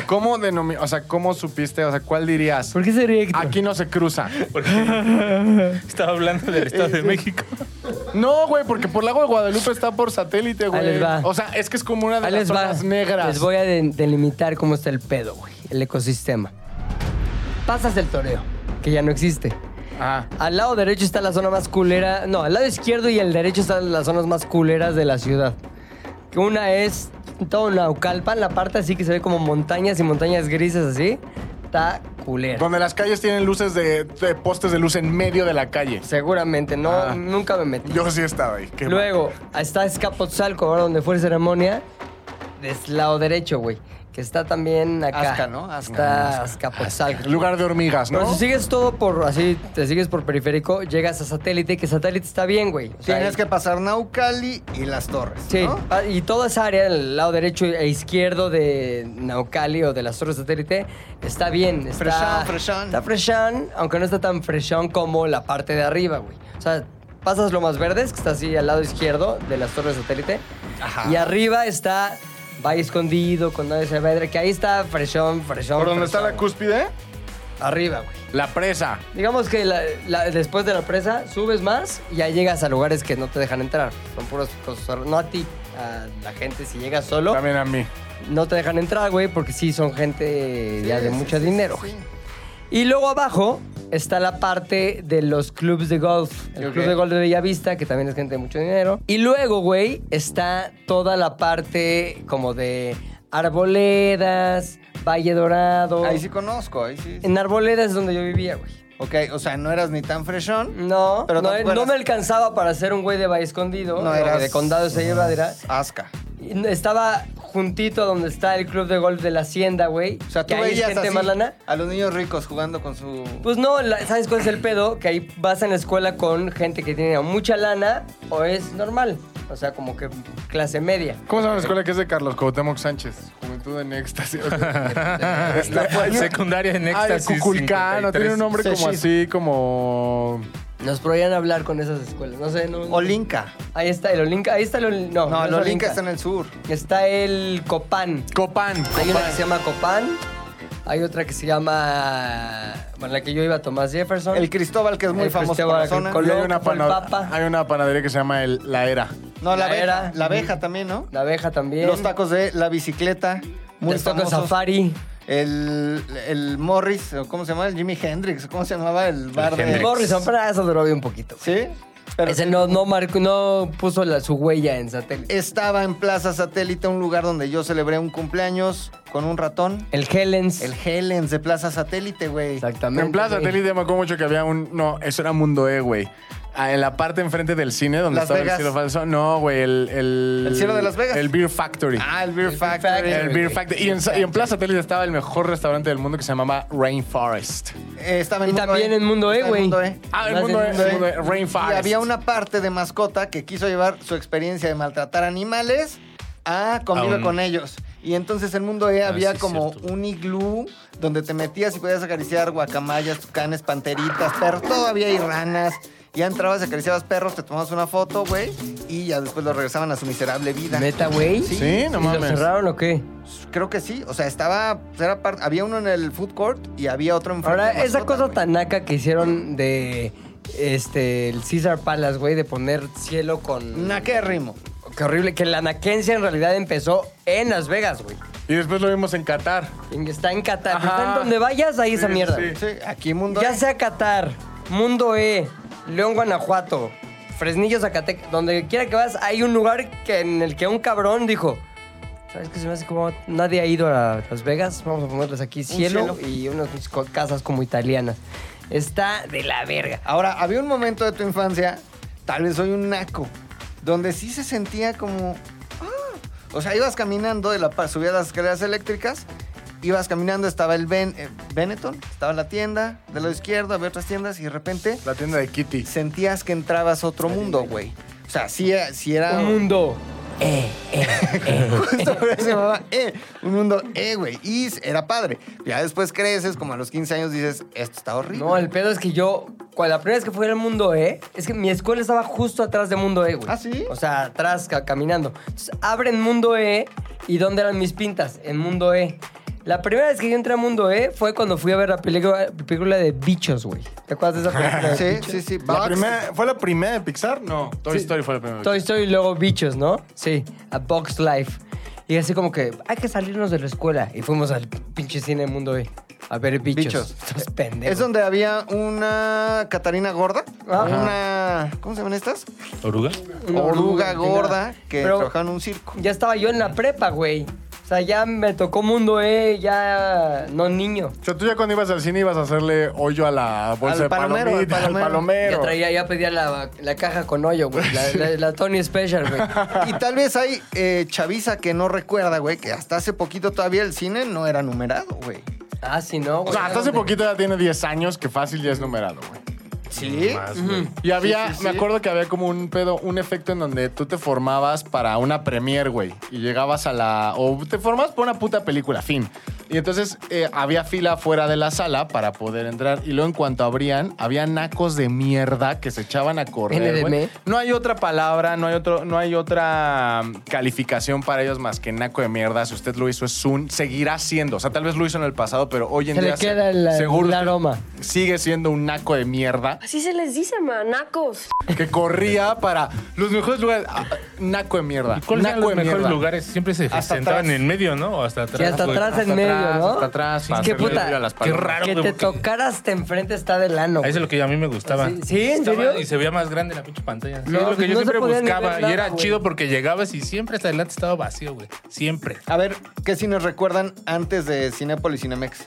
Speaker 3: ¿Cómo denomi- O sea, ¿cómo supiste? O sea, ¿cuál dirías?
Speaker 2: ¿Por qué se ríe Héctor?
Speaker 3: Aquí no se cruza.
Speaker 4: Porque estaba hablando del Estado de México.
Speaker 3: No, güey, porque por Lago de Guadalupe está por satélite, güey.
Speaker 2: Ahí les va.
Speaker 3: O sea, es que es como una de
Speaker 2: Ahí
Speaker 3: las
Speaker 2: les va.
Speaker 3: zonas negras.
Speaker 2: Les voy a de- delimitar cómo está el pedo, güey. El ecosistema. Pasas el toreo, que ya no existe.
Speaker 3: Ah,
Speaker 2: Al lado derecho está la zona más culera. No, al lado izquierdo y el derecho están las zonas más culeras de la ciudad. Que Una es todo Naucalpan, la parte así que se ve como montañas y montañas grises así. Está culera.
Speaker 3: donde las calles tienen luces de, de postes de luz en medio de la calle.
Speaker 2: Seguramente, no,
Speaker 3: Ah.
Speaker 2: nunca me metí.
Speaker 3: Yo sí estaba ahí. Qué
Speaker 2: Luego, está Escapotzalco, ahora donde fue la ceremonia, del lado derecho, güey. que está también acá.
Speaker 5: Azca, ¿no? Azca.
Speaker 2: Está Azcapotzalco.
Speaker 3: Lugar de hormigas, ¿no?
Speaker 2: Pero si sigues todo por así, te sigues por periférico, llegas a satélite, que satélite está bien, güey. O sea,
Speaker 5: Tienes que pasar Naucali y las torres.
Speaker 2: Sí,
Speaker 5: ¿no?
Speaker 2: ah, y toda esa área, el lado derecho e izquierdo de Naucali o de las torres satélite, está bien. Está
Speaker 5: Freshón, freshón.
Speaker 2: Está freshón, aunque no está tan freshón como la parte de arriba, güey. O sea, pasas lo más verdes, que está así al lado izquierdo de las torres satélite.
Speaker 5: Ajá.
Speaker 2: Y arriba está Valle Escondido, Condado de Saavedra, que ahí está freshón, freshón.
Speaker 3: ¿Por donde está
Speaker 2: freshón,
Speaker 3: la cúspide?
Speaker 2: güey. Arriba, güey.
Speaker 3: La presa.
Speaker 2: Digamos que la- la- después de la presa subes más y ya llegas a lugares que no te dejan entrar. Son puras cosas. No a ti, a la gente. Si llegas solo,
Speaker 3: También a mí.
Speaker 2: no te dejan entrar, güey, porque sí son gente ya de mucho dinero. güey. Y luego abajo está la parte de los clubs de golf. El
Speaker 5: Ok.
Speaker 2: club de golf de Bellavista, que también es gente de mucho dinero. Y luego, güey, está toda la parte como de arboledas, Valle Dorado.
Speaker 5: Ahí sí conozco, ahí sí.
Speaker 2: En arboledas es donde yo vivía, güey.
Speaker 5: Ok, o sea, no eras ni tan freshón.
Speaker 2: No,
Speaker 5: Pero
Speaker 2: no,
Speaker 5: tampoco
Speaker 2: no
Speaker 5: eras-
Speaker 2: me alcanzaba para ser un güey de Valle Escondido,
Speaker 5: No
Speaker 2: o
Speaker 5: eras-
Speaker 2: de Condado de Saavedra.
Speaker 5: Asca.
Speaker 2: Y Estaba juntito a donde está el club de golf de la Hacienda, güey.
Speaker 5: O sea, tú
Speaker 2: que ahí es
Speaker 5: veías
Speaker 2: gente
Speaker 5: así
Speaker 2: más lana.
Speaker 5: a los niños ricos jugando con su...
Speaker 2: Pues no, la- ¿sabes cuál es el pedo? Que ahí vas en la escuela con gente que tiene o mucha lana o es normal. O sea, como que clase media.
Speaker 3: ¿Cómo se llama la escuela que es de Carlos Cuauhtémoc Sánchez? Juventud en éxtasis. Está- hay un-
Speaker 4: Secundaria en
Speaker 3: Ah, de
Speaker 4: éxtasis.
Speaker 3: Cuculcán, no tiene un
Speaker 4: 53.
Speaker 3: nombre como
Speaker 5: Sechis.
Speaker 3: así, como.
Speaker 2: Nos podrían hablar con esas escuelas. No sé, no.
Speaker 5: Olinka.
Speaker 2: Ahí está el Olinka. Ahí está el Olinka. No,
Speaker 5: No,
Speaker 2: no es
Speaker 5: el Olinka está en el sur.
Speaker 2: Está el Copán.
Speaker 3: Copán.
Speaker 2: Hay una que se llama Copán. Hay otra que se llama. Bueno, la que yo iba, Tomás Jefferson.
Speaker 5: El Cristóbal, que es muy
Speaker 2: El
Speaker 5: famoso por
Speaker 2: Cristóbal,
Speaker 5: la zona.
Speaker 2: Col-
Speaker 3: Y hay una,
Speaker 2: Col-
Speaker 3: pana-
Speaker 2: Papa.
Speaker 3: hay una panadería que se llama el- La Era.
Speaker 5: No, la,
Speaker 2: La
Speaker 5: abeja.
Speaker 2: era.
Speaker 5: La abeja también, ¿no?
Speaker 2: La abeja también.
Speaker 5: Los tacos de la bicicleta. Muy
Speaker 2: Los tacos
Speaker 5: famosos.
Speaker 2: Safari.
Speaker 5: El, el Morris, o ¿cómo se llamaba? El Jimi Hendrix, ¿cómo se llamaba? El bar de...
Speaker 4: Hendrix.
Speaker 2: Morrison, pero eso duró bien un poquito.
Speaker 5: ¿Sí? Pero
Speaker 2: Ese no, no, marcó- no puso la- su huella en satélite.
Speaker 5: estaba en Plaza Satélite, un lugar donde yo celebré un cumpleaños con un ratón.
Speaker 2: El Helens.
Speaker 5: El Helens de Plaza Satélite, güey.
Speaker 2: Exactamente.
Speaker 3: En Plaza
Speaker 2: güey.
Speaker 3: Satélite me acuerdo mucho que había un. No, eso era Mundo E, güey. Ah, en la parte enfrente del cine donde
Speaker 5: Las
Speaker 3: estaba
Speaker 5: Vegas.
Speaker 3: el cielo falso. No, güey, el, el.
Speaker 5: ¿El cielo de Las Vegas?
Speaker 3: El Beer Factory.
Speaker 5: Ah, el Beer
Speaker 2: Factory.
Speaker 5: Factory.
Speaker 3: el Beer Factory. Y en, y en Plaza Satélite estaba el mejor restaurante del mundo que se llamaba Rainforest.
Speaker 5: Eh, estaba en
Speaker 2: Y
Speaker 5: Mundo
Speaker 2: también
Speaker 5: E.
Speaker 2: en Mundo E,
Speaker 5: Estaba
Speaker 2: güey.
Speaker 5: en Mundo E.
Speaker 3: Ah, el
Speaker 2: Más
Speaker 3: mundo,
Speaker 2: del
Speaker 3: E,
Speaker 2: mundo
Speaker 3: el
Speaker 2: E.
Speaker 3: mundo E, Rainforest.
Speaker 5: Y había una parte de mascota que quiso llevar su experiencia de maltratar animales a convive
Speaker 4: A un- Ah,
Speaker 5: con ellos. Y entonces en Mundo E había
Speaker 4: sí, es
Speaker 5: como
Speaker 4: cierto.
Speaker 5: un iglú donde te metías y podías acariciar guacamayas, tucanes, panteritas, pero todavía hay ranas. Ya entrabas, acariciabas perros, te tomabas una foto, güey, y ya después lo regresaban a su miserable vida.
Speaker 2: Neta, güey.
Speaker 3: Sí, no
Speaker 2: ¿Y ¿Lo
Speaker 3: mames.
Speaker 2: cerraron o qué?
Speaker 5: Creo que sí, o sea, estaba, era par- había uno en el food court y había otro en
Speaker 2: Ahora, esa cosa tan naca que hicieron de este el Caesar Palace, güey, de poner cielo con.
Speaker 5: Naquérrimo.
Speaker 2: Qué horrible. Que la naquencia en realidad empezó en Las Vegas, güey.
Speaker 3: Y después lo vimos en Qatar.
Speaker 2: En- Está en Qatar.
Speaker 3: Ajá.
Speaker 2: Está en donde vayas, ahí esa
Speaker 3: Sí,
Speaker 2: mierda.
Speaker 3: sí.
Speaker 2: güey.
Speaker 5: Sí, aquí Mundo
Speaker 2: Ya
Speaker 5: E.
Speaker 2: sea Qatar, Mundo E, León, Guanajuato, Fresnillo, Zacatecas, donde quiera que vas, hay un lugar que, en el que un cabrón dijo. ¿Sabes qué se me hace como nadie ha ido a Las Vegas? Vamos a ponerles aquí cielo,
Speaker 5: cielo.
Speaker 2: y unas co- casas como italianas. Está de la verga.
Speaker 5: Ahora, había un momento de tu infancia, tal vez soy un naco, donde sí se sentía como. "Ah". O sea, ibas caminando de la par- subías las escaleras eléctricas, ibas caminando, estaba el Ben, eh, Benetton, estaba la tienda, de lo izquierdo había otras tiendas y de repente
Speaker 3: La tienda de Kitty.
Speaker 5: sentías que entrabas a otro mundo, güey. O sea, sí, eh, sí era.
Speaker 2: Un mundo. E,
Speaker 5: Justo por eso se llamaba E, un mundo E, güey. Y era padre. Ya después creces, como a los 15 años dices, esto está horrible.
Speaker 2: No, el pedo es que yo, cuando la primera vez que fui al Mundo E, es que mi escuela estaba justo atrás de Mundo E, güey.
Speaker 5: ¿Ah, sí?
Speaker 2: O sea, atrás, ca- caminando. Entonces, abren Mundo E, ¿y dónde eran mis pintas? En Mundo E. La primera vez que yo entré a Mundo E fue cuando fui a ver la película, película de bichos, güey. ¿Te acuerdas de esa película? de
Speaker 5: Sí,
Speaker 2: bichos?
Speaker 5: sí, sí.
Speaker 3: La
Speaker 5: Bugs.
Speaker 3: primera- ¿Fue la primera de Pixar? No.
Speaker 2: Sí.
Speaker 3: Toy Story fue la primera. de
Speaker 2: Toy Story y luego Bichos, ¿no? Sí, a Box Life. Y así como que, hay que salirnos de la escuela. Y fuimos al pinche cine Mundo E a ver Bichos.
Speaker 5: Bichos.
Speaker 2: Estos pendejos.
Speaker 5: Es donde había una Catarina gorda,
Speaker 2: Ajá.
Speaker 5: una. ¿Cómo se llaman estas?
Speaker 4: ¿Oruga?
Speaker 2: Una
Speaker 5: oruga gorda
Speaker 2: chingada.
Speaker 5: que
Speaker 2: Pero-
Speaker 5: trabajaba en un circo.
Speaker 2: Ya estaba yo en la prepa, güey. O sea, ya me tocó mundo, eh, ya no niño.
Speaker 3: O sea, tú ya cuando ibas al cine ibas a hacerle hoyo a la bolsa
Speaker 5: Al
Speaker 3: de
Speaker 5: palomero, al
Speaker 3: palomita, al
Speaker 5: palomero.
Speaker 3: palomero.
Speaker 2: Ya traía, ya pedía la, la caja con hoyo, güey. La, la- la Tony Special, güey.
Speaker 5: Y tal vez hay eh, chaviza que no recuerda, güey, que hasta hace poquito todavía el cine no era numerado, güey.
Speaker 2: Ah, sí, no, güey.
Speaker 3: O sea, hasta hace poquito ya tiene 10 años que fácil ya es numerado, güey.
Speaker 5: ¿Sí?
Speaker 4: Más, güey.
Speaker 3: Y había, me acuerdo que había como un pedo, un efecto en donde tú te formabas para una premier, güey. Y llegabas a la. O te formabas para una puta película, fin. Y entonces eh, había fila fuera de la sala para poder entrar. Y luego, en cuanto abrían, había nacos de mierda que se echaban a correr.
Speaker 2: NDM.
Speaker 3: güey. No hay otra palabra, no hay, otro, no hay otra mm, calificación para ellos más que naco de mierda. Si usted lo hizo, es un. Seguirá siendo. O sea, tal vez lo hizo en el pasado, pero hoy en
Speaker 2: Se le
Speaker 3: día.
Speaker 2: queda el-
Speaker 3: seguro
Speaker 2: el
Speaker 3: usted
Speaker 2: aroma.
Speaker 3: Sigue siendo un naco de mierda
Speaker 7: Así Pues se les dice, manacos.
Speaker 3: que corría para los mejores lugares. Ah, Naco de mierda.
Speaker 4: ¿Y ¿Cuáles eran
Speaker 3: Naco
Speaker 4: los
Speaker 3: de
Speaker 4: mejores
Speaker 3: mierda.
Speaker 4: lugares? Siempre se
Speaker 3: Hasta
Speaker 4: sentaban
Speaker 3: atrás.
Speaker 4: en medio, ¿no? O hasta atrás.
Speaker 2: Sí, hasta
Speaker 4: güey.
Speaker 2: atrás en medio,
Speaker 3: atrás,
Speaker 2: ¿no?
Speaker 3: hasta atrás,
Speaker 2: Es
Speaker 3: para
Speaker 2: que
Speaker 3: hacerle
Speaker 2: puta,
Speaker 3: ruido a las
Speaker 4: Qué
Speaker 3: palomas.
Speaker 4: raro,
Speaker 2: que
Speaker 4: güey,
Speaker 2: te
Speaker 4: porque-
Speaker 2: tocaras hasta enfrente está de lano.
Speaker 4: Eso es
Speaker 2: güey.
Speaker 4: lo que a mí me gustaba.
Speaker 2: Sí, sí, ¿en
Speaker 4: Estaba-
Speaker 2: serio?
Speaker 4: Y se veía más grande la pinche pantalla. Sí,
Speaker 2: No,
Speaker 4: es lo que
Speaker 2: pues
Speaker 4: yo
Speaker 2: no se
Speaker 4: siempre
Speaker 2: podía ni ver
Speaker 4: buscaba.
Speaker 2: nada,
Speaker 4: y era
Speaker 2: güey.
Speaker 4: chido porque llegabas y siempre hasta adelante estaba vacío, güey. Siempre.
Speaker 5: A ver, ¿qué cines recuerdan antes de Cinépolis Cinemex?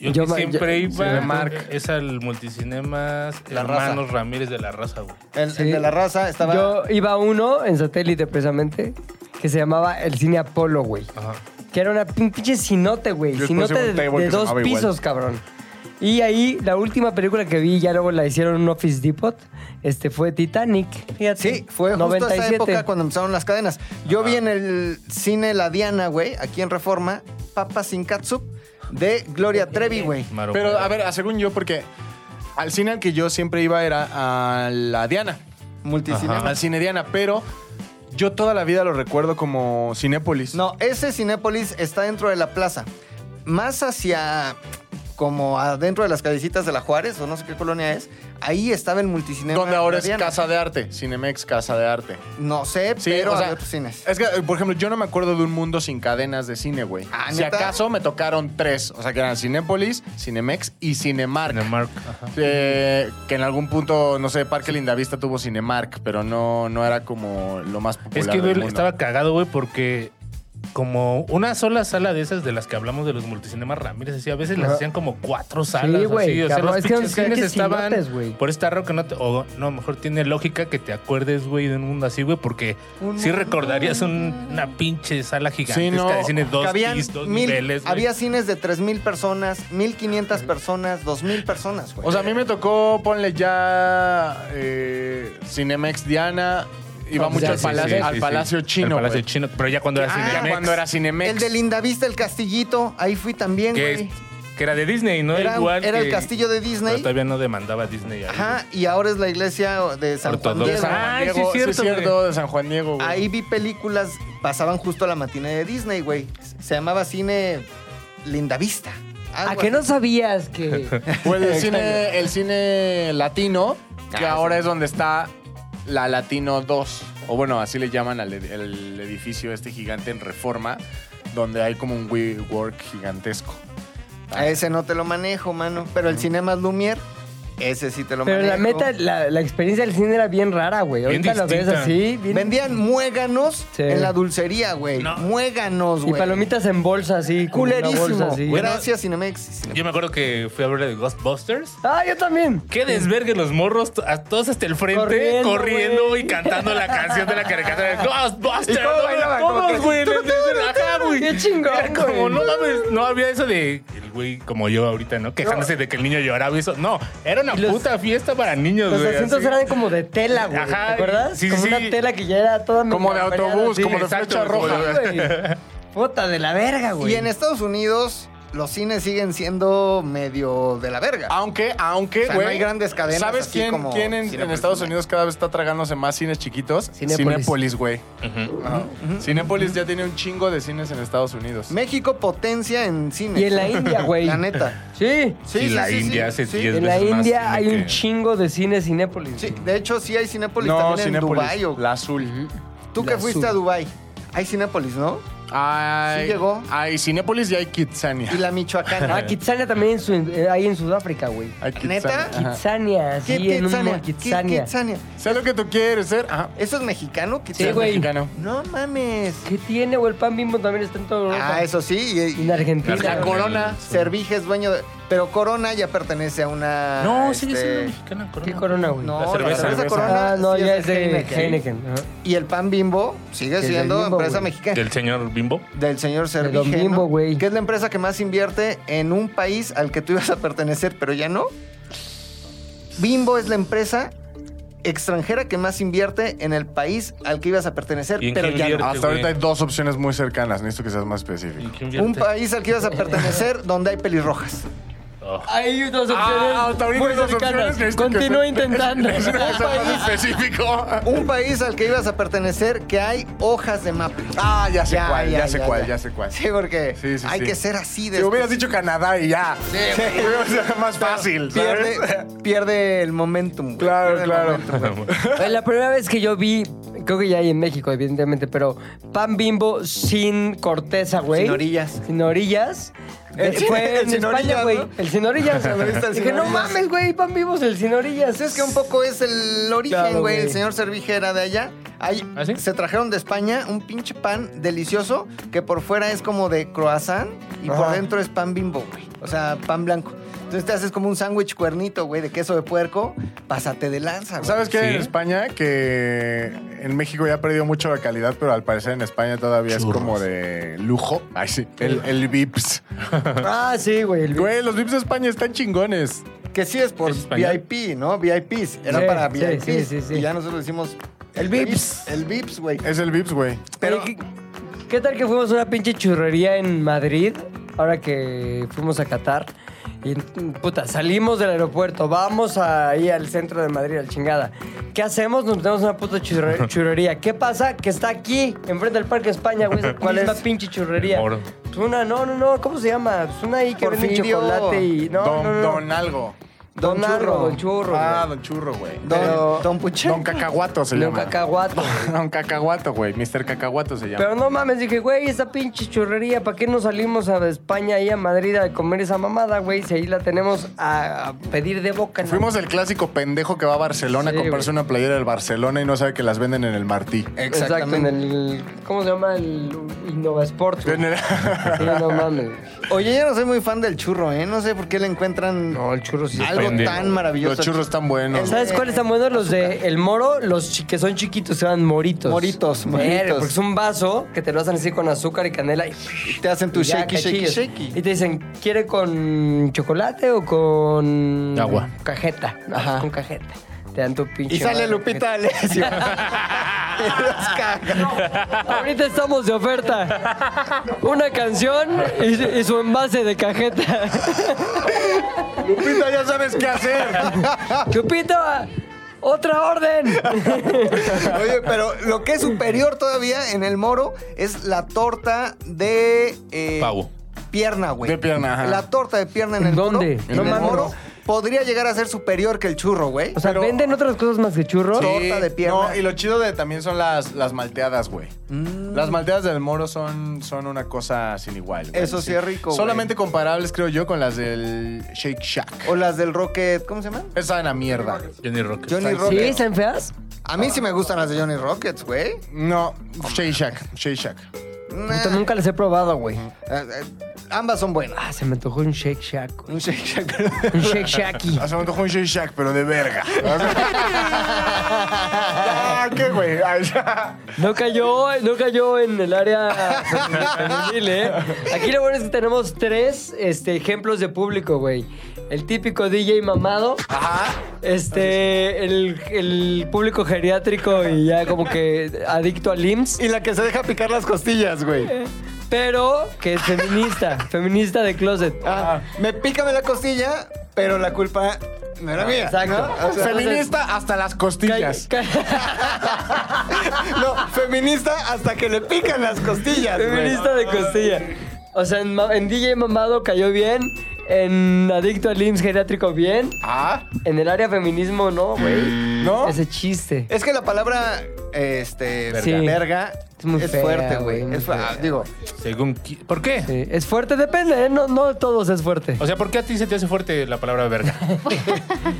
Speaker 4: Yo,
Speaker 2: Yo
Speaker 4: que
Speaker 2: ma-
Speaker 4: siempre
Speaker 2: yo-
Speaker 4: iba
Speaker 3: Cinemark.
Speaker 4: es al Multicinemas
Speaker 5: La
Speaker 4: Hermanos Ramírez de la Raza, güey.
Speaker 5: El,
Speaker 2: Sí.
Speaker 5: el de la raza estaba...
Speaker 2: Yo iba a uno en satélite precisamente que se llamaba el cine Apolo, güey.
Speaker 4: Ajá.
Speaker 2: Que era una pin- pinche cinote, güey.
Speaker 3: Yo después
Speaker 2: Cinote
Speaker 3: iba a
Speaker 2: de,
Speaker 3: un table
Speaker 2: de
Speaker 3: que se
Speaker 2: dos
Speaker 3: llamaba igual.
Speaker 2: pisos, cabrón. Y ahí la última película que vi, ya luego la hicieron en un Office Depot, este fue Titanic. Fíjate.
Speaker 5: Sí, fue justo esa época cuando empezaron las cadenas. Yo vi en el cine La Diana, güey, aquí en Reforma, Papas sin Katsup, de Gloria Trevi, güey.
Speaker 4: Maro,
Speaker 3: Pero
Speaker 4: güey.
Speaker 3: a ver, según yo, porque al cine al que yo siempre iba era a la Diana.
Speaker 5: Multicinema.
Speaker 3: Al cine Diana, pero yo toda la vida lo recuerdo como Cinépolis.
Speaker 5: No, ese Cinépolis está dentro de la plaza. Más hacia como adentro de las callecitas de la Juárez, o no sé qué colonia es, ahí estaba el multicinema.
Speaker 3: Donde ahora
Speaker 5: La
Speaker 3: es
Speaker 5: Diana.
Speaker 3: Casa de Arte, Cinemex Casa de Arte.
Speaker 5: No sé,
Speaker 3: Sí, o
Speaker 5: pero
Speaker 3: sea,
Speaker 5: había otros cines.
Speaker 3: Es que, eh, por ejemplo, yo no me acuerdo de un mundo sin cadenas de cine, güey.
Speaker 5: Ah,
Speaker 3: si
Speaker 5: ¿neta?
Speaker 3: acaso me tocaron tres, o sea, que eran Cinépolis, Cinemex y Cinemark.
Speaker 4: Cinemark. Ajá.
Speaker 3: Eh, que en algún punto, no sé, Parque Lindavista tuvo Cinemark, pero no, no era como lo más popular.
Speaker 4: Es que güey,
Speaker 3: del mundo.
Speaker 4: estaba cagado, güey, porque como una sola sala de esas de las que hablamos de los multicinemas Ramírez, así, a veces las hacían como cuatro salas.
Speaker 2: Sí, güey,
Speaker 4: así, o sea,
Speaker 2: cabrón,
Speaker 4: los
Speaker 2: es que
Speaker 4: pinches
Speaker 2: creo que
Speaker 4: cines estaban.
Speaker 2: cinotes, güey.
Speaker 4: por esta raro que no te. O no, mejor tiene lógica que te acuerdes, güey, de un mundo así, güey, porque sí recordarías un- una pinche sala gigantesca
Speaker 3: Sí, no,
Speaker 4: de cine, dos,
Speaker 5: Cabían
Speaker 4: pis, dos
Speaker 5: mil-
Speaker 4: niveles. güey.
Speaker 5: había cines de 3.000 personas, 1.500 personas, 2.000 personas, güey.
Speaker 3: O sea, a mí me tocó, ponle ya eh, Cinemex Diana. Iba
Speaker 2: No, pues
Speaker 3: mucho
Speaker 2: ya,
Speaker 3: al
Speaker 2: sí,
Speaker 3: Palacio,
Speaker 4: sí,
Speaker 3: al
Speaker 4: sí,
Speaker 3: Palacio
Speaker 4: sí.
Speaker 3: Chino.
Speaker 4: Al Palacio
Speaker 3: güey.
Speaker 4: Chino, pero ya cuando era
Speaker 3: Ya
Speaker 4: Cinemex.
Speaker 3: Ah, cuando era Cinemex.
Speaker 5: El de Lindavista, el castillito, ahí fui también,
Speaker 4: que,
Speaker 5: güey.
Speaker 4: que era de Disney, ¿no?
Speaker 5: Era,
Speaker 4: Igual
Speaker 5: era el
Speaker 4: que-
Speaker 5: castillo de
Speaker 4: Pero
Speaker 5: Disney.
Speaker 4: todavía no demandaba Disney. ahí,
Speaker 5: Ajá, y ahora es la iglesia de San Juan
Speaker 4: Ortodoxa.
Speaker 5: Diego.
Speaker 4: Ah,
Speaker 3: Juan
Speaker 4: sí,
Speaker 3: Diego,
Speaker 4: es cierto,
Speaker 3: sí, es cierto, de San Juan Diego. güey.
Speaker 5: Ahí vi películas, pasaban justo a la matina de Disney, güey. Se llamaba cine Lindavista.
Speaker 2: ¿A Ah, que no sabías que
Speaker 3: O Pues el cine, el cine latino, que
Speaker 5: Ah,
Speaker 3: ahora es donde está la Latino 2. O bueno, así le llaman al ed- el edificio este gigante en reforma, donde hay como un WeWork gigantesco.
Speaker 5: A ese no te lo manejo, mano. Pero el Cinemas Lumier, ese sí te lo
Speaker 2: Ah. Pero la
Speaker 5: manejo.
Speaker 2: meta, la, la experiencia del cine era bien rara, güey.
Speaker 4: Bien
Speaker 2: Ahorita lo ves
Speaker 4: distinta.
Speaker 2: así. bien-
Speaker 5: Vendían muéganos
Speaker 2: Sí.
Speaker 5: en la dulcería, güey.
Speaker 4: No.
Speaker 5: Muéganos,
Speaker 2: y
Speaker 5: güey.
Speaker 2: palomitas en bolsa así. como una bolsa
Speaker 5: Culerísimo.
Speaker 2: así.
Speaker 5: Gracias, Cinemex.
Speaker 4: Yo me acuerdo que fui a ver el Ghostbusters.
Speaker 2: Ah, yo también.
Speaker 4: Qué desvergue los morros, to- a todos hasta el frente,
Speaker 2: Corriendo,
Speaker 4: corriendo
Speaker 2: güey.
Speaker 4: y cantando la canción de la caricatura de Ghostbusters.
Speaker 2: ¿Y cómo
Speaker 4: ¿no?
Speaker 2: bailaban? Como
Speaker 4: Todos,
Speaker 2: que-
Speaker 4: güey.
Speaker 2: ¡Tú,
Speaker 4: les-
Speaker 2: tú,
Speaker 4: les-
Speaker 2: tú,
Speaker 4: ajá,
Speaker 2: tú!
Speaker 4: güey.
Speaker 2: ¡Qué chingón,
Speaker 4: Era como,
Speaker 2: güey!
Speaker 4: no mames, no había eso de el güey como yo ahorita, ¿no? Quejándose de que el niño lloraba y eso. No, era una
Speaker 2: Y los-
Speaker 4: puta fiesta para niños,
Speaker 2: Los
Speaker 4: güey.
Speaker 2: asientos
Speaker 4: así.
Speaker 2: eran como de tela, güey. ¿Te
Speaker 4: Ajá,
Speaker 2: acuerdas?
Speaker 4: sí, sí,
Speaker 2: como
Speaker 4: sí.
Speaker 2: una tela que ya era toda
Speaker 3: Como de
Speaker 2: media
Speaker 3: autobús,
Speaker 2: mareada,
Speaker 3: como de
Speaker 4: exacto,
Speaker 3: flecha
Speaker 4: como
Speaker 3: roja.
Speaker 4: de-
Speaker 2: así, güey. Puta de la verga, güey.
Speaker 5: Y en Estados Unidos, los cines siguen siendo medio de la verga.
Speaker 4: Ah.
Speaker 3: Aunque, aunque,
Speaker 5: O sea,
Speaker 3: güey.
Speaker 5: no hay grandes cadenas
Speaker 3: ¿Sabes
Speaker 5: así
Speaker 3: quién,
Speaker 5: como
Speaker 3: quién en- en,
Speaker 5: Cinépolis,
Speaker 3: Estados
Speaker 5: güey?
Speaker 3: Unidos cada vez está tragándose más cines chiquitos?
Speaker 2: Cinépolis.
Speaker 3: Cinépolis, güey. Ajá. Cinépolis ya tiene un chingo de cines en Estados Unidos.
Speaker 5: México potencia en cine.
Speaker 2: Y en la India, güey.
Speaker 5: La neta.
Speaker 2: Sí.
Speaker 5: Sí,
Speaker 4: Y
Speaker 5: sí,
Speaker 4: la
Speaker 5: sí, sí,
Speaker 4: India hace
Speaker 5: sí.
Speaker 4: 10
Speaker 2: En la
Speaker 4: veces más
Speaker 2: India
Speaker 4: cine
Speaker 2: hay un
Speaker 4: que-
Speaker 2: chingo de cine Cinépolis.
Speaker 5: Sí,
Speaker 2: güey.
Speaker 5: de hecho sí hay Cinépolis
Speaker 3: no,
Speaker 5: también en
Speaker 3: Cinépolis.
Speaker 5: Dubái. o-
Speaker 3: La azul.
Speaker 5: Tú que
Speaker 2: la
Speaker 5: fuiste
Speaker 2: sur.
Speaker 5: a Dubái, hay Cinépolis, ¿no?
Speaker 3: Hay,
Speaker 5: Sí llegó.
Speaker 3: Hay Cinépolis y hay Kitsania.
Speaker 5: Y la michoacana.
Speaker 2: Ah, Kitsania también en su- eh, ahí en Sudáfrica, güey.
Speaker 3: Hay
Speaker 5: ¿Neta?
Speaker 3: Kitsania.
Speaker 2: Kitsania,
Speaker 3: Ajá.
Speaker 5: ¿Qué
Speaker 2: sí, en un mall,
Speaker 5: Kitsania? ¿Qué
Speaker 2: Kitsania.
Speaker 5: Kitsania?
Speaker 3: Sé lo que tú quieres ser. Ajá.
Speaker 5: ¿Eso es mexicano?
Speaker 2: Sí,
Speaker 5: Kitsania.
Speaker 2: güey.
Speaker 3: Mexicano.
Speaker 5: No mames.
Speaker 2: ¿Qué tiene, güey? El pan bimbo también está en todo Europa.
Speaker 5: Ah, eso sí.
Speaker 2: Y
Speaker 5: y-
Speaker 2: en Argentina.
Speaker 3: La
Speaker 2: güey.
Speaker 3: corona.
Speaker 5: Servige es dueño de. Pero Corona ya pertenece a una.
Speaker 4: No, sigue
Speaker 5: este,
Speaker 4: siendo mexicana, Corona.
Speaker 2: ¿Qué corona, güey?
Speaker 5: No,
Speaker 4: La
Speaker 5: la
Speaker 4: cerveza.
Speaker 5: cerveza,
Speaker 3: Cerveza.
Speaker 5: Corona.
Speaker 2: Ah, no,
Speaker 5: sí
Speaker 2: ya es de
Speaker 5: Heineken.
Speaker 2: Heineken. ajá.
Speaker 5: Y el pan Bimbo sigue
Speaker 2: Es del
Speaker 5: siendo
Speaker 2: Bimbo,
Speaker 5: empresa
Speaker 2: güey.
Speaker 5: mexicana.
Speaker 4: Del señor Bimbo.
Speaker 5: Del señor
Speaker 2: De Don
Speaker 5: Servige.
Speaker 2: Bimbo,
Speaker 5: ¿no?
Speaker 2: güey.
Speaker 5: Que es la empresa que más invierte en un país al que tú ibas a pertenecer, pero ya no. Bimbo es la empresa extranjera que más invierte en el país al que ibas a pertenecer,
Speaker 4: ¿Y en
Speaker 5: pero
Speaker 4: qué
Speaker 5: ya no.
Speaker 4: invierte?
Speaker 3: Hasta ahorita hay
Speaker 4: güey.
Speaker 3: dos opciones muy cercanas. Necesito que seas más específico.
Speaker 5: Un país al que ibas a pertenecer donde hay pelirrojas.
Speaker 2: Hay dos opciones.
Speaker 3: Ah, hasta ahorita
Speaker 2: muy
Speaker 3: hay dos
Speaker 2: cercanas.
Speaker 3: opciones. necesito que
Speaker 2: Continúa
Speaker 3: se-
Speaker 2: intentando.
Speaker 3: Necesito que seas más específico.
Speaker 5: Un país al que ibas a pertenecer que hay hojas de mapa.
Speaker 3: Ah, ya sé
Speaker 5: Ya,
Speaker 3: cuál, ya,
Speaker 5: ya,
Speaker 3: sé
Speaker 5: ya,
Speaker 3: cuál,
Speaker 5: ya.
Speaker 3: ya. sé cuál.
Speaker 5: Sí, este porque
Speaker 3: Sí, sí,
Speaker 5: hay
Speaker 3: sí.
Speaker 5: que ser así de.
Speaker 3: Si hubieras dicho Canadá y ya. Sí, hubiera sido más fácil, ¿sabes?
Speaker 5: pierde, pierde el momentum. güey. Pierde
Speaker 3: Claro,
Speaker 5: el
Speaker 3: claro.
Speaker 2: Oye, La primera vez que yo vi, creo que ya hay en México, evidentemente, pero pan bimbo sin corteza, güey.
Speaker 5: Sin orillas.
Speaker 2: Sin orillas.
Speaker 5: El
Speaker 2: Eh,
Speaker 5: sin-
Speaker 2: Fue
Speaker 5: el
Speaker 2: en
Speaker 5: sin
Speaker 2: España,
Speaker 5: orillas,
Speaker 2: güey.
Speaker 5: ¿no?
Speaker 2: El sin orillas.
Speaker 5: Cuando viste el sin
Speaker 2: Dije, no
Speaker 5: orillas".
Speaker 2: mames, güey, pan bimbo es el sin orillas.
Speaker 5: Es que un poco es el origen,
Speaker 2: Claro,
Speaker 5: güey.
Speaker 2: güey.
Speaker 5: El señor Servige era de allá. Ahí
Speaker 4: ¿Ah, sí?
Speaker 5: Se trajeron de España un pinche pan delicioso que por fuera es como de croissant y por
Speaker 2: Ajá.
Speaker 5: dentro es pan bimbo, güey. O sea, pan blanco. Entonces te haces como un sándwich cuernito, güey, de queso de puerco. Pásate de lanza, güey.
Speaker 3: ¿Sabes qué?
Speaker 4: Sí.
Speaker 3: En España, que en México ya ha perdido mucho la calidad, pero al parecer en España todavía es
Speaker 4: Churros.
Speaker 3: como de lujo. Ay, sí. El, el Vips.
Speaker 2: Ah, sí, güey. el-
Speaker 3: Güey, los Vips de España están chingones.
Speaker 5: Que sí es por
Speaker 4: ¿Es español?
Speaker 5: VIP, ¿no? VIPs. Era
Speaker 2: Sí,
Speaker 5: para
Speaker 2: sí,
Speaker 5: VIPs.
Speaker 2: sí, sí, sí.
Speaker 5: Y ya nosotros decimos...
Speaker 2: El Vips.
Speaker 5: El VIPs, güey.
Speaker 3: Es el Vips, güey.
Speaker 5: Pero...
Speaker 2: Oye, ¿qué, qué tal que fuimos a una pinche churrería en Madrid? Ahora que fuimos a Qatar. Y mm, puta, salimos del aeropuerto, vamos ahí al centro de Madrid, al chingada. ¿Qué hacemos? Nos metemos a una puta churre- churrería. ¿Qué pasa? Que está aquí, enfrente del Parque España, güey. esa
Speaker 5: ¿Cuál
Speaker 2: misma
Speaker 5: es?
Speaker 2: pinche churrería.
Speaker 4: Oro.
Speaker 2: Es Una, no, no, no, ¿cómo se llama? Es una ahí que vende
Speaker 5: Porfirio.
Speaker 2: chocolate y. No,
Speaker 3: don,
Speaker 2: no, no.
Speaker 3: don algo.
Speaker 2: Don Algo, Don Churro.
Speaker 3: Ah,
Speaker 2: güey.
Speaker 3: don churro, güey.
Speaker 5: Don,
Speaker 2: Pero-
Speaker 5: Don Puchero.
Speaker 3: Don cacahuato se
Speaker 2: Don
Speaker 3: llama.
Speaker 2: Cacahuato.
Speaker 3: Don cacahuato, güey. Mr. Cacahuato se llama.
Speaker 2: Pero no mames, dije, güey, esa pinche churrería, ¿para qué no salimos a España y a Madrid a comer esa mamada, güey? Si ahí la tenemos a, a pedir de boca. ¿no?
Speaker 3: Fuimos el clásico pendejo que va a Barcelona
Speaker 2: Sí,
Speaker 3: a comprarse
Speaker 2: güey.
Speaker 3: una playera del Barcelona y no sabe que las venden en el Martí.
Speaker 2: Exacto, en el... ¿Cómo se llama? El Innova Sports, güey.
Speaker 3: En el-
Speaker 2: Sí, no mames.
Speaker 5: Oye, yo no soy muy fan del churro, ¿eh? No sé por qué le encuentran
Speaker 2: No, el churro sí.
Speaker 5: algo
Speaker 4: pendejo.
Speaker 5: tan maravilloso.
Speaker 3: Los churros están buenos.
Speaker 2: ¿Sabes
Speaker 5: eh,
Speaker 2: cuáles están buenos? Los de El Moro, los chi- que son chiquitos, se llaman moritos.
Speaker 5: Moritos,
Speaker 2: Verga,
Speaker 5: moritos.
Speaker 2: Porque es un vaso que te lo hacen así con azúcar y canela y...
Speaker 5: Te hacen tu
Speaker 2: y ya,
Speaker 5: shaky,
Speaker 2: que
Speaker 5: shaky,
Speaker 2: chilles.
Speaker 5: shaky.
Speaker 2: Y te dicen, ¿quiere con chocolate o con...
Speaker 4: Agua.
Speaker 2: Cajeta. No,
Speaker 5: Ajá.
Speaker 2: Con cajeta. Te dan tu pinche...
Speaker 5: Y sale
Speaker 2: madre,
Speaker 5: Lupita Alessio. Los caga.
Speaker 2: cajeta. Ahorita estamos de oferta. Una canción y, y su envase de cajeta.
Speaker 3: Lupita, ya sabes qué hacer.
Speaker 2: Lupita, otra orden.
Speaker 5: Oye, pero lo que es superior todavía en el moro es la torta de... eh,
Speaker 4: Pavo.
Speaker 5: Pierna, güey.
Speaker 3: De pierna, ajá.
Speaker 5: La torta de pierna en el
Speaker 2: ¿Dónde?
Speaker 5: moro.
Speaker 2: No
Speaker 5: En el
Speaker 2: mames.
Speaker 5: moro podría llegar a ser superior que el churro, güey.
Speaker 2: O sea,
Speaker 3: Pero-
Speaker 2: ¿venden otras cosas más que churros?
Speaker 5: Torta de pierna.
Speaker 3: No, y lo chido de también son las, las malteadas, güey.
Speaker 5: Mm.
Speaker 3: Las malteadas del Moro son, son una cosa sin igual. güey.
Speaker 5: Eso sí es rico, güey.
Speaker 3: Solamente comparables, creo yo, con las del Shake Shack.
Speaker 5: O las del Rocket, ¿cómo se llama?
Speaker 3: Esa en la mierda.
Speaker 4: Johnny Rocket.
Speaker 5: Johnny
Speaker 2: ¿Sí?
Speaker 5: Rockets.
Speaker 2: ¿Están feas?
Speaker 5: A mí sí me gustan las de Johnny Rockets, güey.
Speaker 3: No, Shake Shack, Shake Shack.
Speaker 5: Nah.
Speaker 2: Puta, nunca les he probado, güey.
Speaker 5: Eh, eh, ambas son buenas.
Speaker 2: Ah, se me antojó un Shake Shack. güey.
Speaker 5: Un Shake Shack.
Speaker 2: Un Shake Shacky.
Speaker 3: Hace un antojó un Shake Shack, pero de verga. ah, qué güey. Ay, ya.
Speaker 2: No cayó, no cayó en el área femenil, ¿eh? Aquí lo bueno es que tenemos tres este, ejemplos de público, güey. El típico DJ mamado. Este, el, el público geriátrico y ya como que adicto al IMSS.
Speaker 5: y la que se deja picar las costillas, güey.
Speaker 2: Pero que es feminista, feminista de closet.
Speaker 5: Ah, me pícame la costilla, pero la culpa no era mía.
Speaker 2: Exacto.
Speaker 5: ¿no? O sea,
Speaker 3: Feminista hasta las costillas.
Speaker 2: Ca-
Speaker 5: no, feminista hasta que le pican las costillas, güey.
Speaker 2: Feminista de costilla. O sea, en, ma- en DJ Mamado cayó bien. En Adicto al IMSS geriátrico bien.
Speaker 3: Ah,
Speaker 2: En el área
Speaker 5: Mm.
Speaker 2: feminismo no, güey.
Speaker 3: ¿no?
Speaker 2: Ese chiste.
Speaker 5: Es que la palabra este,
Speaker 2: Sí.
Speaker 5: verga
Speaker 2: Es muy
Speaker 5: Es
Speaker 2: fea,
Speaker 5: fuerte, güey.
Speaker 2: muy
Speaker 5: Es fu- ah,
Speaker 2: fea.
Speaker 5: digo,
Speaker 4: Según. qui- ¿Por qué?
Speaker 2: Sí, Es fuerte, depende, ¿eh? no, no todos es fuerte.
Speaker 4: O sea, ¿por qué a ti se te hace fuerte la palabra verga?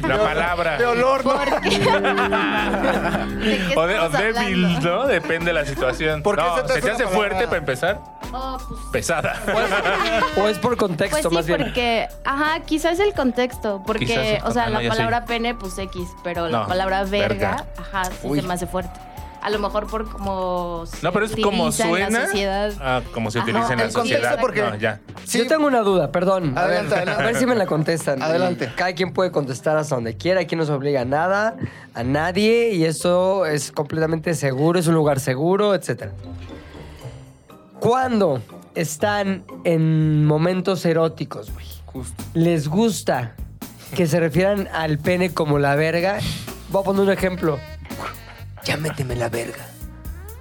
Speaker 4: la palabra.
Speaker 5: de olor, ¿no?
Speaker 8: ¿Por qué? ¿De qué
Speaker 4: O, de- o
Speaker 8: estamos
Speaker 4: débil,
Speaker 8: hablando?
Speaker 4: ¿no? Depende de la situación.
Speaker 5: ¿Por qué
Speaker 4: no,
Speaker 5: se te hace
Speaker 4: se te
Speaker 5: una
Speaker 4: hace
Speaker 5: palabra?
Speaker 4: fuerte para empezar.
Speaker 8: Oh, pues,
Speaker 4: Pesada.
Speaker 2: O es por
Speaker 8: pues
Speaker 2: contexto
Speaker 8: sí,
Speaker 2: más bien.
Speaker 8: porque, ajá, quizás el contexto,
Speaker 4: Quizás
Speaker 8: porque,
Speaker 4: el-
Speaker 8: o sea,
Speaker 4: ah, no,
Speaker 8: la
Speaker 4: ya
Speaker 8: palabra pene, pues X, pero la
Speaker 4: No,
Speaker 8: palabra
Speaker 4: verga.
Speaker 8: verga, ajá, sí
Speaker 4: Uy.
Speaker 8: se me hace fuerte. A lo mejor por como se
Speaker 4: No, pero es como
Speaker 8: utiliza en
Speaker 4: suena.
Speaker 8: la sociedad.
Speaker 4: Ah, como se
Speaker 8: Ajá,
Speaker 4: utiliza en la
Speaker 8: el contexto,
Speaker 4: sociedad.
Speaker 5: porque-
Speaker 4: No, ya.
Speaker 5: Sí,
Speaker 2: Yo tengo una duda, perdón. A ver,
Speaker 5: Adelante, adelante.
Speaker 2: A ver si me la contestan.
Speaker 5: Adelante.
Speaker 2: Cada quien puede contestar hasta donde quiera, aquí no se obliga a nada, a nadie, y eso es completamente seguro, es un lugar seguro, etc. Cuando están en momentos eróticos, güey, les gusta que se refieran al pene como la verga. Voy a poner un ejemplo. Ya méteme la verga.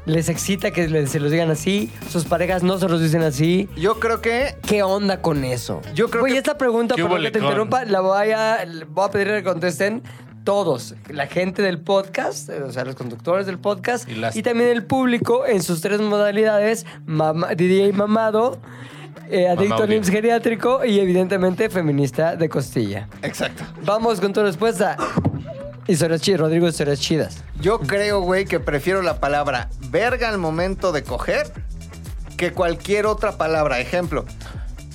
Speaker 2: Les excita que le- se los digan así, sus parejas no se los dicen así.
Speaker 5: yo creo que
Speaker 2: ¿Qué onda con eso?
Speaker 5: Yo creo
Speaker 2: Güey,
Speaker 5: que-
Speaker 2: esta pregunta,
Speaker 4: ¿Qué
Speaker 2: perdón
Speaker 4: hubo
Speaker 2: que te
Speaker 4: lecón?
Speaker 2: interrumpa, la voy a, le voy a pedir que contesten todos. La gente del podcast, eh, o sea, los conductores del podcast
Speaker 4: Y
Speaker 2: y,
Speaker 4: las-
Speaker 2: también el público en sus tres modalidades, mama- DJ mamado, eh, adicto a
Speaker 4: Mamaudio.
Speaker 2: NIMS geriátrico y evidentemente feminista de costilla.
Speaker 5: Exacto.
Speaker 2: Vamos con tu respuesta. Historias chidas, Rodrigo, historias chidas.
Speaker 5: Yo creo, güey, que prefiero la palabra verga al momento de coger que cualquier otra palabra. Ejemplo.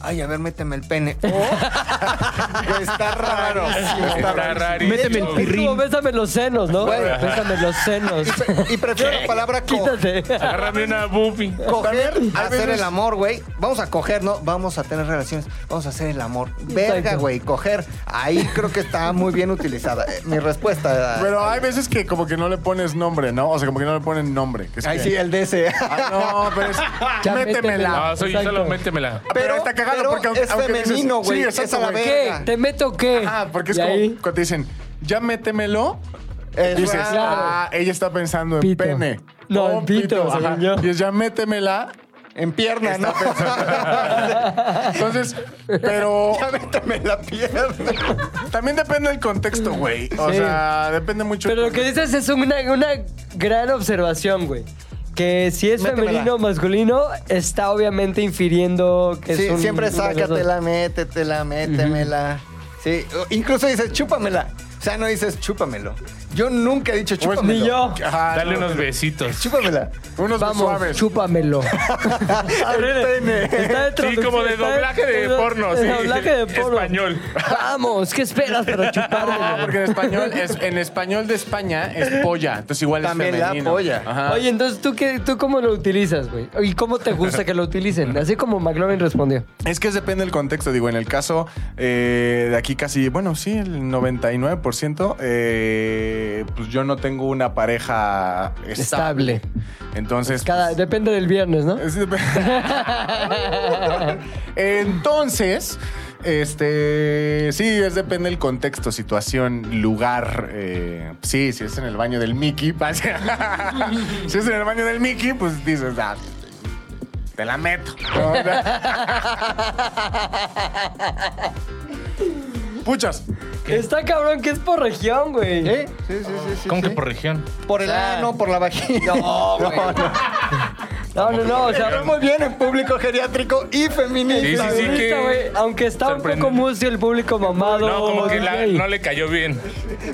Speaker 5: Ay, a ver, méteme el pene. O, Güey, está raro.
Speaker 4: Está rarísimo.
Speaker 6: Méteme el
Speaker 2: Es como bésame los senos, ¿no?
Speaker 5: Güey.
Speaker 2: Bésame los senos.
Speaker 5: Y prefiero la palabra co-
Speaker 2: Quítate.
Speaker 4: Agárrame una buffy.
Speaker 5: coger,
Speaker 3: También, hay
Speaker 5: hacer
Speaker 3: veces-
Speaker 5: el amor, güey. Vamos a coger, ¿no? Vamos a tener relaciones. Vamos a hacer el amor. Verga,
Speaker 2: Exacto.
Speaker 5: güey, coger. Ahí creo que está muy bien utilizada. Eh, Mi respuesta.
Speaker 3: Pero hay veces que como que no le pones nombre, ¿no? O sea, como que no le ponen nombre. que es
Speaker 5: Ay,
Speaker 3: que-
Speaker 5: sí, el DC.
Speaker 3: Ah, no, pero es...
Speaker 2: Ya,
Speaker 3: métemela.
Speaker 2: métemela.
Speaker 4: No, soy
Speaker 2: Exacto.
Speaker 4: solo métemela.
Speaker 3: Pero está cagado porque aunque-
Speaker 5: es
Speaker 3: aunque dices-
Speaker 5: femenino, güey.
Speaker 3: Sí,
Speaker 5: Sí,
Speaker 3: exacto,
Speaker 5: a la
Speaker 3: güey.
Speaker 2: ¿Qué?
Speaker 5: verga.
Speaker 2: ¿Te meto qué?
Speaker 3: Ah, porque es
Speaker 2: Y
Speaker 3: como
Speaker 2: ahí-
Speaker 3: cuando te dicen, ya métemelo.
Speaker 5: Es
Speaker 3: dices,
Speaker 5: raro.
Speaker 3: ah, ella está pensando en
Speaker 2: Pito.
Speaker 3: pene.
Speaker 2: No,
Speaker 3: Oh,
Speaker 2: en pito, según
Speaker 3: ajá.
Speaker 2: yo.
Speaker 3: Y es ya métemela.
Speaker 5: En pierna, ¿no?
Speaker 3: Entonces, pero
Speaker 5: Ya méteme la pierna.
Speaker 3: también depende del contexto, güey. O
Speaker 2: Sí.
Speaker 3: sea, depende mucho.
Speaker 2: Pero lo que dices es una, una gran observación, güey. Que si es
Speaker 5: Métemela.
Speaker 2: femenino o masculino, está obviamente infiriendo que
Speaker 5: Sí,
Speaker 2: es un-
Speaker 5: siempre
Speaker 2: una de las dos.
Speaker 5: sácatela, métetela, métemela. Sí, o- incluso dices chúpamela. O sea, no dices chúpamelo. Yo nunca he dicho
Speaker 3: Pues,
Speaker 5: chúpamelo.
Speaker 2: Ni yo.
Speaker 3: Ajá,
Speaker 4: Dale
Speaker 3: no,
Speaker 4: unos besitos.
Speaker 5: Chúpamela.
Speaker 3: unos
Speaker 2: Vamos,
Speaker 3: suaves.
Speaker 2: chúpamelo. Está de
Speaker 4: Sí, como
Speaker 2: traducción,
Speaker 4: de
Speaker 2: está
Speaker 4: doblaje de porno, sí.
Speaker 2: De doblaje de porno.
Speaker 4: Español.
Speaker 2: Vamos, ¿qué esperas para
Speaker 3: No,
Speaker 2: chupármelo?
Speaker 3: Ah, porque en español, es- en español de España es polla. Entonces igual
Speaker 5: También
Speaker 3: es
Speaker 5: la
Speaker 3: femenino.
Speaker 5: polla.
Speaker 3: Ajá.
Speaker 2: Oye, entonces, ¿tú, qué, ¿tú cómo lo utilizas, güey? ¿Y cómo te gusta que lo utilicen? Así como McLovin respondió.
Speaker 3: Es que depende del contexto, digo, en el caso eh, de aquí casi, bueno, sí, el 99%, eh, pues yo no tengo una pareja estable.
Speaker 2: Estable.
Speaker 3: Entonces...
Speaker 2: Cada,
Speaker 3: pues,
Speaker 2: depende del viernes, ¿no?
Speaker 3: es- Entonces, este, sí, es depende del contexto, situación, lugar. eh, sí, si es en el baño del Mickey, pues, si es en el baño del Mickey, pues dices, ah, te la meto. ¿no? O sea, Puchas.
Speaker 2: Está cabrón que es por región, güey.
Speaker 5: ¿Eh? Sí, sí, sí. sí
Speaker 4: ¿Cómo que
Speaker 5: sí.
Speaker 4: por región?
Speaker 5: Por el
Speaker 2: Ah.
Speaker 5: ano, por la vagina? No, güey.
Speaker 2: No, no, no, o sea,
Speaker 5: Muy bien en público geriátrico y
Speaker 4: Sí,
Speaker 5: feminista.
Speaker 4: sí, sí,
Speaker 5: güey.
Speaker 4: que-
Speaker 2: feminista, güey, aunque está un
Speaker 4: sorprende.
Speaker 2: poco mustio el público mamado.
Speaker 4: No, como que la-
Speaker 2: gay.
Speaker 4: no le cayó bien.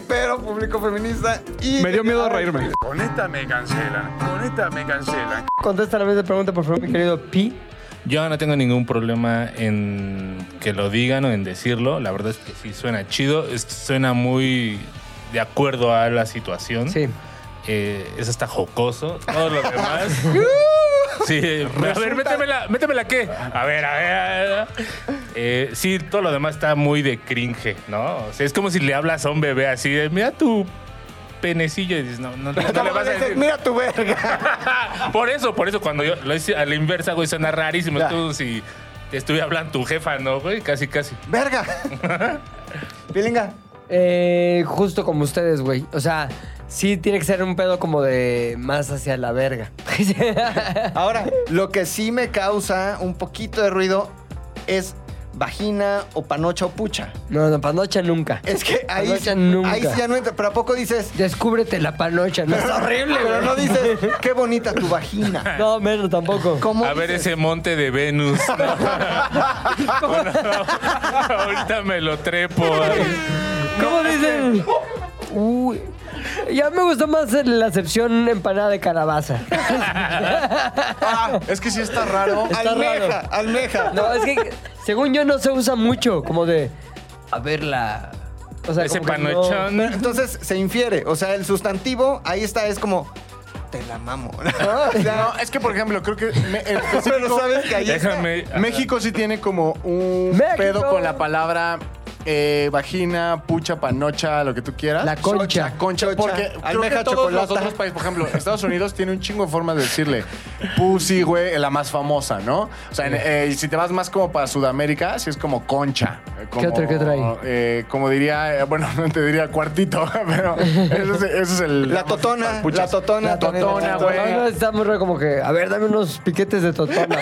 Speaker 5: Pero público feminista y.
Speaker 6: Me dio miedo a reírme.
Speaker 9: Con esta me cancelan, con esta me cancelan.
Speaker 2: Contesta la misma pregunta, por favor, mi querido Pi.
Speaker 4: Yo no tengo ningún problema en que lo digan o en decirlo. La verdad es que sí suena chido, es- suena muy de acuerdo a la situación.
Speaker 2: Sí.
Speaker 4: Eh, eso está jocoso. Todo lo demás. sí, a ver, métemela, métemela qué. A ver, a ver. a ver. Eh, sí, todo lo demás está muy de cringe, ¿no? O sea, es como si le hablas a un bebé así de, mira tu penecillo y dices, no, no, no le vas a decir.
Speaker 5: Mira tu verga.
Speaker 4: Por eso, por eso, cuando yo lo hice a la inversa, güey, suena rarísimo. Es como si te estuviera hablando tu jefa, ¿no, güey? Casi, casi.
Speaker 5: Verga. Pilinga.
Speaker 2: Eh, justo como ustedes, güey. O sea, sí tiene que ser un pedo como de más hacia la verga.
Speaker 5: Ahora, lo que sí me causa un poquito de ruido es vagina o panocha o pucha.
Speaker 2: No, no, panocha nunca. Eh,
Speaker 5: Es que ahí,
Speaker 2: Panocha nunca.
Speaker 5: ahí sí ya no entra. Pero ¿a poco dices?
Speaker 2: Descúbrete la panocha, no es horrible.
Speaker 5: Pero
Speaker 2: güey.
Speaker 5: no dices, qué bonita tu vagina.
Speaker 2: No, menos tampoco.
Speaker 5: ¿Cómo
Speaker 4: A ver
Speaker 5: dices?
Speaker 4: ese monte de Venus. Bueno, ahorita me lo trepo.
Speaker 2: ¿Cómo dicen? Uy. Ya me gustó más la acepción empanada de calabaza.
Speaker 3: Ah, es que sí está raro.
Speaker 2: Está
Speaker 5: almeja,
Speaker 2: raro.
Speaker 5: almeja.
Speaker 2: No, es que según yo no se usa mucho, como de a ver la. O sea,
Speaker 4: Ese
Speaker 2: como que no-
Speaker 4: panochón.
Speaker 5: Entonces se infiere. O sea, el sustantivo ahí está, es como, te la mamo.
Speaker 3: Ah,
Speaker 5: O sea,
Speaker 3: No, es que, por ejemplo, creo que me- en
Speaker 5: pero
Speaker 3: específico,
Speaker 5: sabes que ahí está.
Speaker 4: Déjame. Ah,
Speaker 3: México sí tiene como un
Speaker 2: México.
Speaker 3: pedo con la palabra eh, vagina, pucha, panocha, lo que tú quieras.
Speaker 2: La concha.
Speaker 3: La concha.
Speaker 5: Chocha.
Speaker 3: Porque creo
Speaker 5: Almeja
Speaker 3: que todos los
Speaker 5: chocolata.
Speaker 3: otros países, por ejemplo, Estados Unidos tiene un chingo de formas de decirle pussy, güey, la más famosa, ¿no? O sea, en- eh, y si te vas más como para Sudamérica, sí es como concha. eh, Como,
Speaker 2: otra- qué otra hay?
Speaker 3: eh, como diría, eh, bueno, no te diría cuartito, pero eso es, eso es el...
Speaker 5: La totona,
Speaker 3: Puchas.
Speaker 5: la totona.
Speaker 3: La totona, güey.
Speaker 2: No, no, está muy raro, como que, a ver, dame unos piquetes de totona.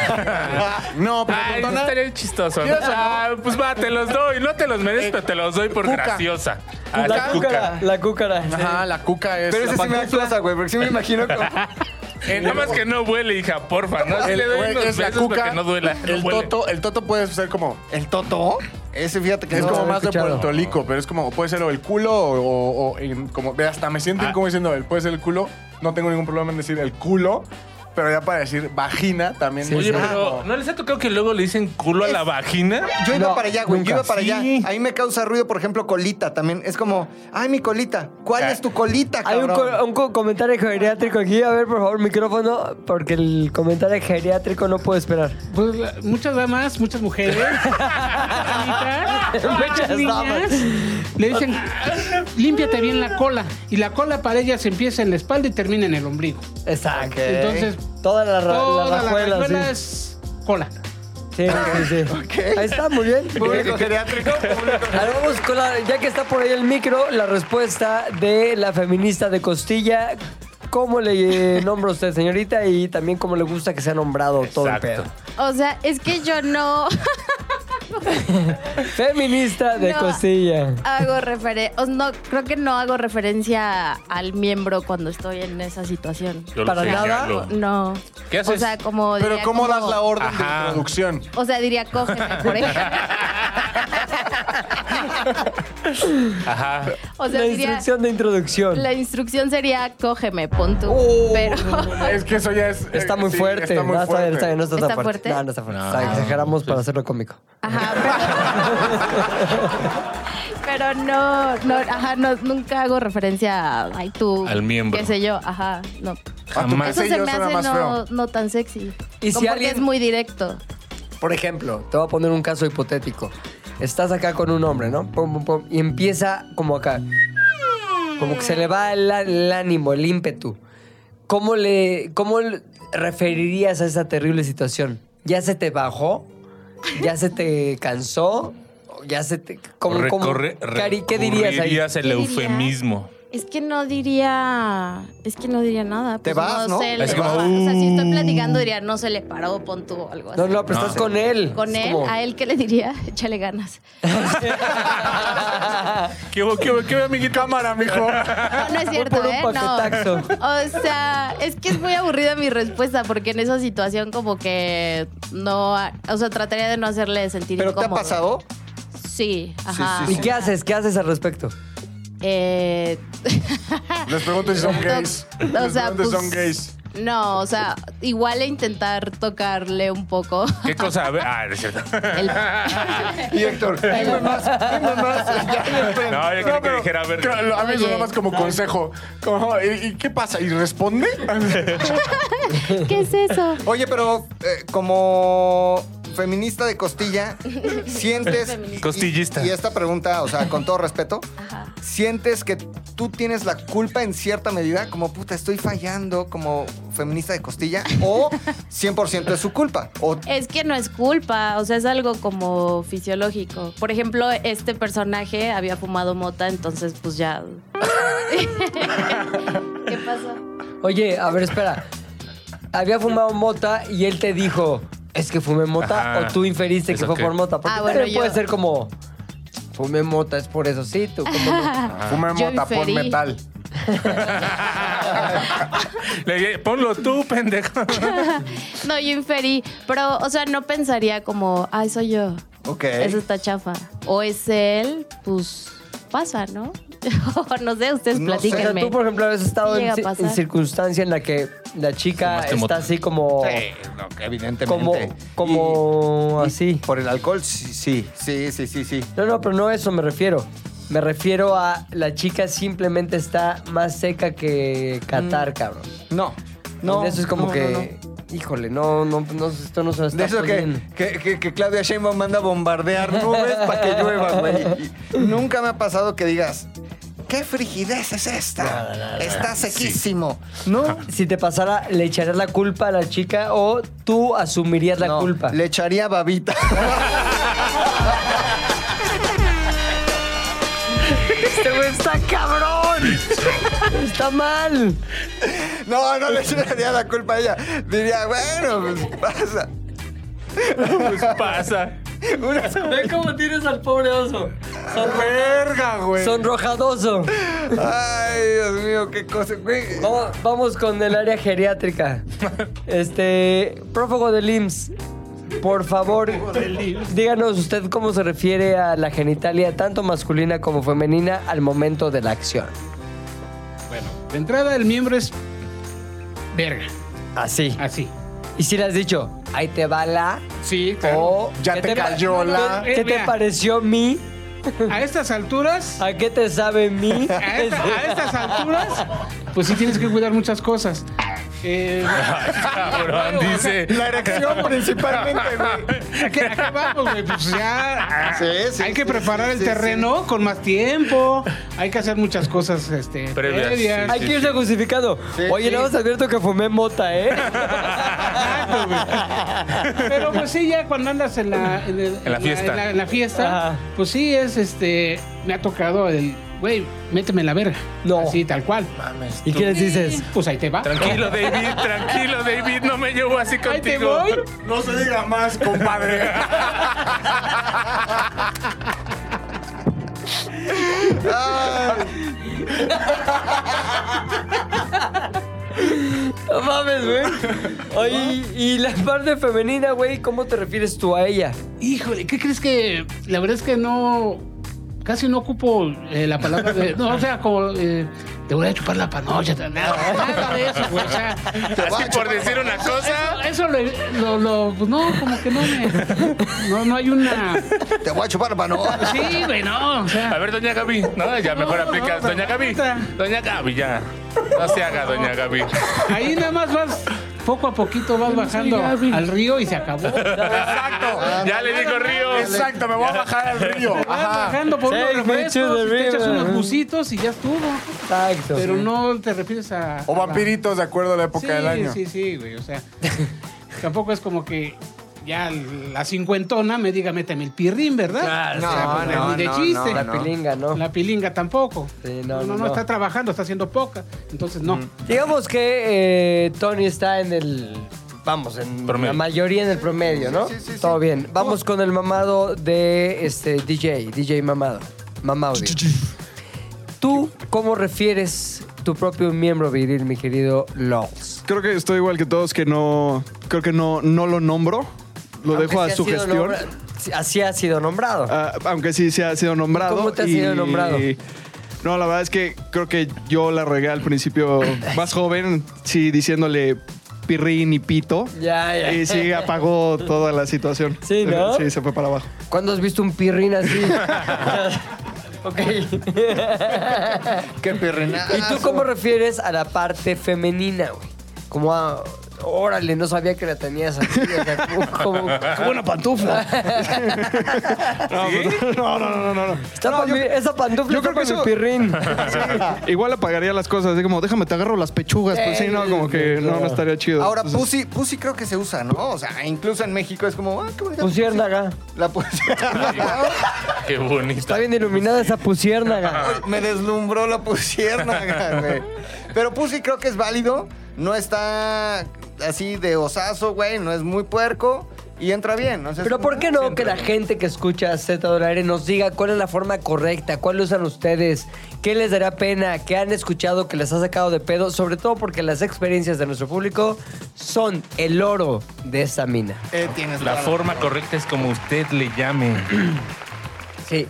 Speaker 3: No, pero
Speaker 4: Ay,
Speaker 3: totona-
Speaker 4: estaría chistoso.
Speaker 3: ¿Quieres o no?
Speaker 4: Ah, pues va, te los doy. No te los mereces, pero te los doy por
Speaker 3: cuca.
Speaker 4: graciosa. Ah, la cuca.
Speaker 2: La cúcara.
Speaker 3: Ajá, la cuca es...
Speaker 5: Pero
Speaker 3: la
Speaker 5: ese sí me da
Speaker 3: panocha.
Speaker 5: cosa, güey, porque sí me imagino como...
Speaker 4: Eh, nada más que no huele, hija, porfa. No Sí
Speaker 3: El,
Speaker 4: le doy
Speaker 3: güey,
Speaker 4: unos
Speaker 3: es la
Speaker 4: besos para
Speaker 3: cuca,
Speaker 4: que no duela. no
Speaker 3: el,
Speaker 4: huele.
Speaker 3: toto, el toto puede ser como...
Speaker 5: ¿El toto? Ese fíjate que
Speaker 3: Es
Speaker 5: no.
Speaker 3: como más de
Speaker 2: escuchado.
Speaker 3: Puerto Rico, pero es como, puede ser o el culo o, o- o en- como, ve, hasta me siento
Speaker 4: Ah.
Speaker 3: como diciendo, el- puede ser el culo, no tengo ningún problema en decir el culo, pero ya para decir vagina también. no
Speaker 4: Oye,
Speaker 3: sé.
Speaker 4: pero ¿no les ha tocado que luego le dicen culo a la vagina?
Speaker 5: Yo iba
Speaker 2: No,
Speaker 5: para allá, güey. Yo
Speaker 2: nunca.
Speaker 5: iba para allá.
Speaker 4: Sí.
Speaker 5: A mí me causa ruido, por ejemplo, colita también. Es como, ay, mi colita. ¿Cuál
Speaker 4: Ah.
Speaker 5: es tu colita,
Speaker 2: Hay un,
Speaker 5: cabrón?
Speaker 2: co- un co- comentario geriátrico aquí. A ver, por favor, micrófono, porque el comentario geriátrico no puedo esperar.
Speaker 10: Pues la- muchas damas, muchas mujeres, amiguitas,
Speaker 2: Muchas
Speaker 10: muchas
Speaker 2: damas.
Speaker 10: niñas, le dicen, límpiate bien la cola. Y la cola para ellas empieza en la espalda y termina en el ombligo.
Speaker 2: Exacto.
Speaker 10: Entonces,
Speaker 2: Toda la, ra-
Speaker 10: toda
Speaker 2: la
Speaker 10: la
Speaker 2: rajuela,
Speaker 10: cajuela
Speaker 2: sí.
Speaker 10: es cola.
Speaker 2: Sí, sí, sí. Ahí está, muy bien.
Speaker 5: Público geriátrico.
Speaker 2: Ahora vamos con la- ya que está por ahí el micro, la respuesta de la feminista de Costilla. ¿Cómo le eh, nombra usted, señorita? Y también cómo le gusta que sea nombrado todo el pedo.
Speaker 4: Exacto.
Speaker 8: O sea, es que yo no
Speaker 2: Feminista de
Speaker 8: No.
Speaker 2: Costilla.
Speaker 8: hago referencia, no, creo que no hago referencia al miembro cuando estoy en esa situación.
Speaker 4: Yo lo
Speaker 2: Para
Speaker 8: O sea,
Speaker 2: nada.
Speaker 4: señalo.
Speaker 8: No.
Speaker 4: ¿Qué haces?
Speaker 8: O sea, como
Speaker 3: Pero
Speaker 8: diría
Speaker 3: ¿cómo
Speaker 8: como-
Speaker 3: das la orden
Speaker 4: Ajá.
Speaker 3: de introducción?
Speaker 8: O sea, diría cógeme, por ejemplo.
Speaker 4: Ajá.
Speaker 8: O sea,
Speaker 2: La
Speaker 8: diría
Speaker 2: instrucción de introducción.
Speaker 8: la instrucción sería cógeme, pon tú. pero
Speaker 3: Es que eso ya es... eh,
Speaker 2: Está muy
Speaker 3: sí,
Speaker 2: fuerte.
Speaker 3: Está muy
Speaker 2: No, está
Speaker 3: fuerte.
Speaker 2: bien, está bien, no está,
Speaker 8: ¿Está
Speaker 2: tan fuerte.
Speaker 8: fuerte?
Speaker 2: No, no está fuerte. Está bien, exageramos para hacerlo cómico.
Speaker 8: Ajá, pero, pero no, no, ajá, no, nunca hago referencia a, ay, tú.
Speaker 4: Al miembro.
Speaker 8: Qué sé yo, ajá, no.
Speaker 4: Jamás.
Speaker 8: Eso
Speaker 3: Sí,
Speaker 8: se
Speaker 3: yo
Speaker 8: me
Speaker 3: suena
Speaker 8: hace
Speaker 3: más
Speaker 8: no,
Speaker 3: feo.
Speaker 8: no tan sexy.
Speaker 2: ¿Y
Speaker 8: Como
Speaker 2: si
Speaker 8: porque
Speaker 2: alguien-
Speaker 8: es muy directo.
Speaker 2: Por ejemplo, te voy a poner un caso hipotético. Estás acá con un hombre, ¿no? Pum, pum, pum, y empieza como acá. Como que se le va el, á- el ánimo, el ímpetu. ¿Cómo le cómo le referirías a esa terrible situación? ¿Ya se te bajó? ¿Ya se te cansó? ¿O ¿Ya se te... ¿Cómo, cómo-
Speaker 4: Recorre-
Speaker 2: Cari, ¿qué dirías ahí?
Speaker 4: recurrirías el
Speaker 8: ¿Qué diría?
Speaker 4: eufemismo.
Speaker 8: Es que no diría. Es que no diría nada.
Speaker 5: Te
Speaker 8: pues,
Speaker 5: vas, ¿no?
Speaker 8: Se
Speaker 4: Es
Speaker 8: le
Speaker 4: como,
Speaker 8: paró. O sea, si estoy
Speaker 4: "Uh".
Speaker 8: platicando, diría, no se le paró, pon tú o algo así.
Speaker 2: No, no, pero
Speaker 4: No.
Speaker 2: estás con él.
Speaker 8: Con
Speaker 2: Es
Speaker 8: él,
Speaker 2: como-
Speaker 8: a él, ¿qué le diría? Échale ganas.
Speaker 4: ¿Qué hubo, qué hubo, qué hubo, amiguito? Cámara, mijo.
Speaker 8: No, no es cierto,
Speaker 2: por un
Speaker 8: ¿eh?
Speaker 2: paquetaxo.
Speaker 8: No. O sea, es que es muy aburrida mi respuesta porque en esa situación como que no... ha- O sea, trataría de no hacerle sentir
Speaker 5: ¿Pero te ha
Speaker 8: incómodo.
Speaker 5: pasado?
Speaker 8: Sí, ajá.
Speaker 2: ¿Y qué haces? ¿Qué haces al respecto?
Speaker 8: Eh...
Speaker 3: Les pregunto si son gays.
Speaker 8: No, o
Speaker 3: Les
Speaker 8: sea,
Speaker 3: pregunto si son
Speaker 8: pues,
Speaker 3: gays.
Speaker 8: No, o sea, igual e intentar tocarle un poco
Speaker 4: ¿Qué cosa? A ver, ah, no es cierto.
Speaker 8: el...
Speaker 5: Y Héctor, dime más, dime más. Ya, espérame.
Speaker 4: No, yo creo que dijera, a ver.
Speaker 3: Creo- lo- A mí
Speaker 8: Oye.
Speaker 3: nada más como consejo. Como, ¿y, y qué pasa? ¿Y responde?
Speaker 4: Ah.
Speaker 8: ¿Qué es eso?
Speaker 5: Oye, pero eh, como feminista de costilla, sientes...
Speaker 8: Feminista.
Speaker 4: Costillista.
Speaker 5: Y, y esta pregunta, o sea, con todo respeto,
Speaker 8: Ajá.
Speaker 5: ¿sientes que tú tienes la culpa en cierta medida? Como, puta, estoy fallando como feminista de costilla. ¿O 100% es su culpa? ¿O
Speaker 8: Es que no es culpa, o sea, es algo como fisiológico. Por ejemplo, este personaje había fumado mota, entonces pues ya. ¿Qué pasó?
Speaker 2: Oye, a ver, espera. Había fumado mota y él te dijo, es que fumé mota
Speaker 4: Ajá.
Speaker 2: o tú inferiste que
Speaker 4: Eso
Speaker 2: fue
Speaker 4: qué.
Speaker 2: por mota. Porque
Speaker 8: Ah, bueno,
Speaker 2: también puede
Speaker 8: yo-
Speaker 2: ser como fumé mota, es por eso, sí, tú como
Speaker 3: Fume
Speaker 8: Yo
Speaker 3: mota, pon
Speaker 8: inferí.
Speaker 3: metal.
Speaker 4: Le dije, ponlo tú, pendejo.
Speaker 8: No, yo inferí. Pero, o sea, no pensaría como, ay, soy yo.
Speaker 5: Ok.
Speaker 8: Eso está chafa. O es él, pues pasa, ¿no? O no sé, ustedes
Speaker 5: No sé.
Speaker 2: O sea,
Speaker 8: platíquenme.
Speaker 2: tú, por ejemplo, has estado
Speaker 8: Llega
Speaker 2: en,
Speaker 8: a
Speaker 2: ci-
Speaker 8: pasar.
Speaker 2: en circunstancia en la que la chica
Speaker 4: Fumaste
Speaker 2: está
Speaker 4: mota.
Speaker 2: así como...
Speaker 5: Sí, no, evidentemente.
Speaker 2: Como, como
Speaker 5: Y- y
Speaker 2: así.
Speaker 5: Por el alcohol, sí, sí, sí, sí, sí. sí.
Speaker 2: No, no, pero no a eso me refiero. Me refiero a la chica simplemente está más seca que
Speaker 8: Mm.
Speaker 2: Qatar, cabrón.
Speaker 5: No,
Speaker 2: No,
Speaker 5: no.
Speaker 2: eso es como
Speaker 5: no, no, no.
Speaker 2: que, híjole, no, no, no, esto no se lo está
Speaker 5: De eso que,
Speaker 2: poniendo.
Speaker 5: que, que- que Claudia Sheinbaum manda a bombardear nubes para que llueva, güey. Y- y Nunca me ha pasado que digas, ¿qué frigidez es esta? Está sequísimo. No,
Speaker 2: Si te pasara, ¿le echarías la culpa a la chica o tú asumirías la
Speaker 5: no,
Speaker 2: culpa?
Speaker 5: Le echaría babita.
Speaker 2: ¡Este güey está cabrón! ¡Está mal!
Speaker 5: No, no le echaría la culpa a ella. Diría, bueno, pues pasa.
Speaker 4: Pues pasa.
Speaker 5: Unas
Speaker 2: Ve cómo tienes al pobre oso.
Speaker 5: verga, güey.
Speaker 2: Sonrojadoso.
Speaker 5: Ay, Dios mío, qué cosa, güey.
Speaker 2: Vamos, vamos con el área geriátrica. Este, prófugo del IMSS. Por favor, díganos usted cómo se refiere a la genitalia, tanto masculina como femenina, al momento de la acción.
Speaker 10: De entrada, el miembro es verga.
Speaker 2: Así.
Speaker 10: Así.
Speaker 2: Y si le has dicho, ahí te va la.
Speaker 10: Sí, claro.
Speaker 2: O.
Speaker 3: Ya
Speaker 2: ¿qué
Speaker 3: te
Speaker 2: pa-
Speaker 3: cayó la-
Speaker 2: ¿Qué te
Speaker 10: Mira.
Speaker 2: pareció mi?
Speaker 10: A estas alturas,
Speaker 2: ¿A qué te sabe mi?
Speaker 10: a, esta- a estas alturas, pues sí tienes que cuidar muchas cosas. Eh,
Speaker 4: Cabrón, dice.
Speaker 5: La erección principalmente, güey.
Speaker 10: ¿a, qué, a qué vamos, güey? Pues ya.
Speaker 5: Sí, sí,
Speaker 10: hay que
Speaker 5: sí,
Speaker 10: preparar
Speaker 5: sí,
Speaker 10: el
Speaker 5: sí,
Speaker 10: terreno con más tiempo. Hay que hacer muchas cosas este,
Speaker 4: Previas,
Speaker 10: previas.
Speaker 4: sí.
Speaker 2: Hay que irse justificado. Oye,
Speaker 5: sí.
Speaker 2: no os advierto que fumé mota, ¿eh?
Speaker 10: Exacto, güey. Pero pues sí, ya cuando andas en la, en el- en
Speaker 4: la fiesta.
Speaker 10: en la, en la fiesta,
Speaker 2: Ajá.
Speaker 10: pues sí es este. Me ha tocado el. Güey, méteme la verga.
Speaker 2: No.
Speaker 10: Así, tal cual.
Speaker 2: ¿Y qué les dices?
Speaker 10: Pues ahí te va.
Speaker 4: Tranquilo, David, tranquilo, David, no me llevo así
Speaker 10: Ahí te
Speaker 4: contigo.
Speaker 10: voy.
Speaker 3: No se diga más, compadre.
Speaker 2: No mames, güey. Oye, y la parte femenina, güey, ¿cómo te refieres tú a ella?
Speaker 10: Híjole, ¿qué crees que.? La verdad es que no. Casi no ocupo eh, la palabra de. No, o sea, como. eh, te voy a chupar la panocha. Nada, nada de eso, güey. O sea,
Speaker 4: Así por decir una cosa.
Speaker 10: eso lo, lo, lo- Pues no, como que no me. No, no hay una.
Speaker 5: Te voy a chupar, mano.
Speaker 10: Sí, güey, no. O sea.
Speaker 4: A ver, doña Gaby. No, ya mejor
Speaker 10: No,
Speaker 4: aplicas.
Speaker 10: no,
Speaker 4: doña
Speaker 10: pero
Speaker 4: Gaby.
Speaker 10: puta.
Speaker 4: Doña Gaby, ya. No se haga, doña Gaby.
Speaker 10: Ahí nada más vas, poco a poquito vas bajando al río y se acabó.
Speaker 3: Exacto.
Speaker 4: Ya le digo Río.
Speaker 3: Exacto, me voy a bajar al río.
Speaker 10: Vas
Speaker 3: Ajá.
Speaker 10: bajando por unos
Speaker 2: Take me to
Speaker 10: refrescos,
Speaker 2: the
Speaker 10: y te echas
Speaker 2: river.
Speaker 10: unos bucitos y ya estuvo.
Speaker 2: Exacto.
Speaker 10: Pero no te refieres a...
Speaker 3: O vampiritos, de acuerdo a la época
Speaker 10: Sí,
Speaker 3: del año.
Speaker 10: sí, sí, güey. O sea, tampoco es como que ya la cincuentona me diga, méteme el pirrín, ¿verdad?
Speaker 2: Claro,
Speaker 10: O sea,
Speaker 5: no,
Speaker 10: pues,
Speaker 5: no,
Speaker 10: ni de
Speaker 5: no,
Speaker 10: chiste.
Speaker 2: La
Speaker 5: no.
Speaker 2: pilinga, ¿no?
Speaker 10: La pilinga tampoco.
Speaker 2: Sí, no,
Speaker 10: no, no,
Speaker 2: no,
Speaker 10: no,
Speaker 2: no.
Speaker 10: está trabajando, está haciendo poca. Entonces, no.
Speaker 2: Digamos que eh, Tony está en el. Vamos, en
Speaker 4: Promedio.
Speaker 2: la mayoría en el promedio, ¿no? Todo bien. Vamos con el mamado de este DJ, DJ mamado. Mamaudio. ¿Tú cómo refieres tu propio miembro viril, mi querido Lols?
Speaker 6: Creo que estoy igual que todos que no. Creo que no, no lo nombro. Lo
Speaker 2: Aunque
Speaker 6: dejo a
Speaker 2: sí ha
Speaker 6: su
Speaker 2: sido
Speaker 6: gestión.
Speaker 2: nombra- sí, Así ha sido nombrado.
Speaker 6: Ah, aunque sí se ha sido nombrado.
Speaker 2: ¿Cómo te ha
Speaker 6: y-
Speaker 2: sido nombrado?
Speaker 6: No, la verdad es que creo que yo la regué al principio más joven, sí, diciéndole pirrín y pito.
Speaker 2: Ya, ya.
Speaker 6: Y sí, apagó toda la situación.
Speaker 2: Sí, ¿no?
Speaker 6: Sí, se fue para abajo.
Speaker 2: ¿Cuándo has visto un pirrín así? ok.
Speaker 5: Qué pirrenazo.
Speaker 2: ¿Y tú cómo refieres a la parte femenina, güey? Como a... Órale, no sabía que la tenías así. o sea, como, como- como una pantufla.
Speaker 6: No, no, no, no, no, no.
Speaker 2: Está pa' mí- esa pantufla
Speaker 6: yo
Speaker 2: está
Speaker 6: creo que
Speaker 2: pa'
Speaker 6: eso-
Speaker 2: mi pirrín.
Speaker 6: Igual apagaría las cosas, así como, déjame, te agarro las pechugas. Pues sí, no, como que no, no estaría chido.
Speaker 5: Ahora,
Speaker 6: Entonces,
Speaker 5: pussy, pussy creo que se usa, ¿no? O sea, incluso en México es como, ah, qué bonita.
Speaker 2: Pusiérnaga.
Speaker 5: La pussy.
Speaker 4: Qué bonita.
Speaker 2: Está bien iluminada esa pusiérnaga.
Speaker 5: Ay, Me deslumbró la pusierna, güey. Pero pussy creo que es válido. No está así de osazo, güey. No es muy puerco. Y entra bien. o sea, es
Speaker 2: Pero
Speaker 5: como-
Speaker 2: ¿por qué no
Speaker 5: entra
Speaker 2: que la
Speaker 5: bien.
Speaker 2: gente que escucha Z del aire nos diga cuál es la forma correcta, cuál usan ustedes, qué les dará pena, qué han escuchado que les ha sacado de pedo, sobre todo porque las experiencias de nuestro público son el oro de esa mina.
Speaker 5: Eh, tienes
Speaker 4: La
Speaker 5: toda
Speaker 4: forma correcta es como usted le llame.
Speaker 2: Sí,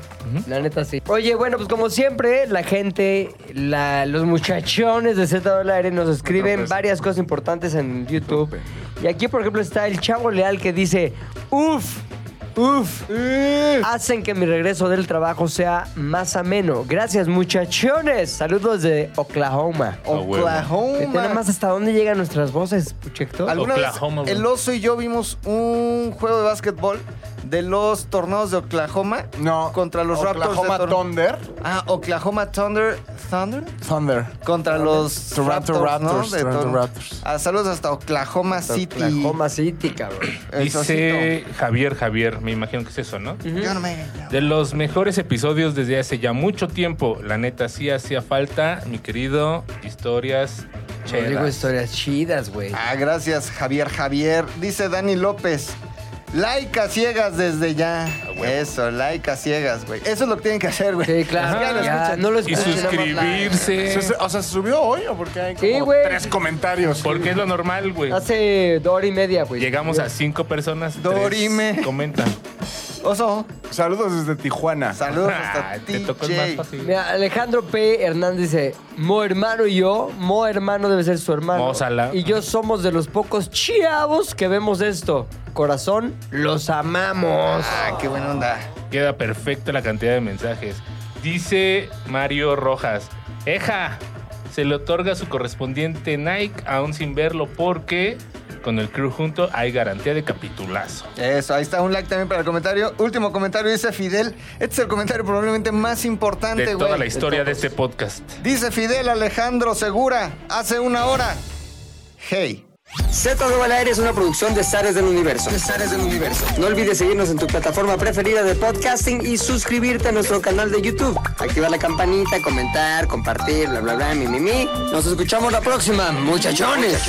Speaker 2: la neta sí. Oye, bueno, pues como siempre, la gente, la- los muchachones de Z del Aire nos escriben varias cosas importantes en YouTube. Y aquí, por ejemplo, está el chavo leal que dice, uff, uff, hacen que mi regreso del trabajo sea más ameno. Gracias, muchachones. Saludos de Oklahoma.
Speaker 4: Ah,
Speaker 5: Oklahoma.
Speaker 2: Nada más hasta dónde llegan nuestras voces, Puchecto.
Speaker 5: Alguna
Speaker 4: Oklahoma,
Speaker 5: vez
Speaker 4: güey.
Speaker 5: el oso y yo vimos un juego de básquetbol de los tornados de Oklahoma
Speaker 3: No.
Speaker 5: contra los
Speaker 3: Oklahoma
Speaker 5: Raptors de Tor-
Speaker 3: Thunder.
Speaker 5: Ah, Oklahoma Thunder Thunder
Speaker 3: Thunder.
Speaker 5: contra los
Speaker 3: Toronto
Speaker 5: Raptors, ¿no?
Speaker 3: Raptors,
Speaker 5: De
Speaker 3: Toronto
Speaker 5: Tor-
Speaker 3: Raptors.
Speaker 5: Ah, saludos hasta Oklahoma City.
Speaker 2: Oklahoma City, cabrón.
Speaker 5: El
Speaker 4: Dice Javier, Javier, me imagino que es eso, ¿no?
Speaker 5: Sosito. Yo no me-
Speaker 4: De los mejores episodios desde hace ya mucho tiempo. La neta, sí hacía falta, mi querido. Historias
Speaker 2: Te digo
Speaker 4: chelas.
Speaker 2: historias chidas, güey.
Speaker 5: Ah, gracias, Javier Javier. Dice Dani López. Like a ciegas desde ya.
Speaker 4: Ah,
Speaker 5: Eso, like a ciegas, güey. Eso es lo que tienen que hacer, güey.
Speaker 2: Sí, claro.
Speaker 5: Ya lo
Speaker 2: ya,
Speaker 5: escuchan.
Speaker 2: no lo
Speaker 4: Y
Speaker 2: escuchen, nada más la-
Speaker 4: suscribirse.
Speaker 3: Se- se- O sea, ¿se subió hoy o porque hay
Speaker 2: Sí,
Speaker 3: como
Speaker 2: güey.
Speaker 3: tres comentarios?
Speaker 4: Porque es lo normal, güey.
Speaker 2: Hace hora y media, güey.
Speaker 4: Llegamos a cinco personas.
Speaker 5: Dorime.
Speaker 4: tres Comentan.
Speaker 5: Oso,
Speaker 3: Saludos desde Tijuana.
Speaker 5: saludos hasta
Speaker 4: Ah, Te
Speaker 5: TJ.
Speaker 4: tocó el más fácil.
Speaker 2: Mira, Alejandro P. Hernández dice, Mo hermano y yo, Mo hermano debe ser su hermano.
Speaker 4: Mo Salah.
Speaker 2: Y yo somos de los pocos chavos que vemos esto. Corazón, los amamos.
Speaker 5: Ah, qué buena onda.
Speaker 4: Queda perfecta la cantidad de mensajes. Dice Mario Rojas. Eja, se le otorga su correspondiente Nike aún sin verlo porque con el crew junto hay garantía de capitulazo.
Speaker 5: Eso, ahí está un like también para el comentario. Último comentario dice Fidel. Este es el comentario probablemente más importante,
Speaker 4: De
Speaker 5: güey.
Speaker 4: toda la historia de este podcast.
Speaker 5: Dice Fidel Alejandro Segura, hace una hora. Hey.
Speaker 1: Z de Aire es una producción de Zares del Universo. del Universo. No olvides seguirnos en tu plataforma preferida de podcasting y suscribirte a nuestro canal de YouTube. Activar la campanita, comentar, compartir, bla, bla, bla, mi, mi, mi. Nos escuchamos la próxima, muchachones.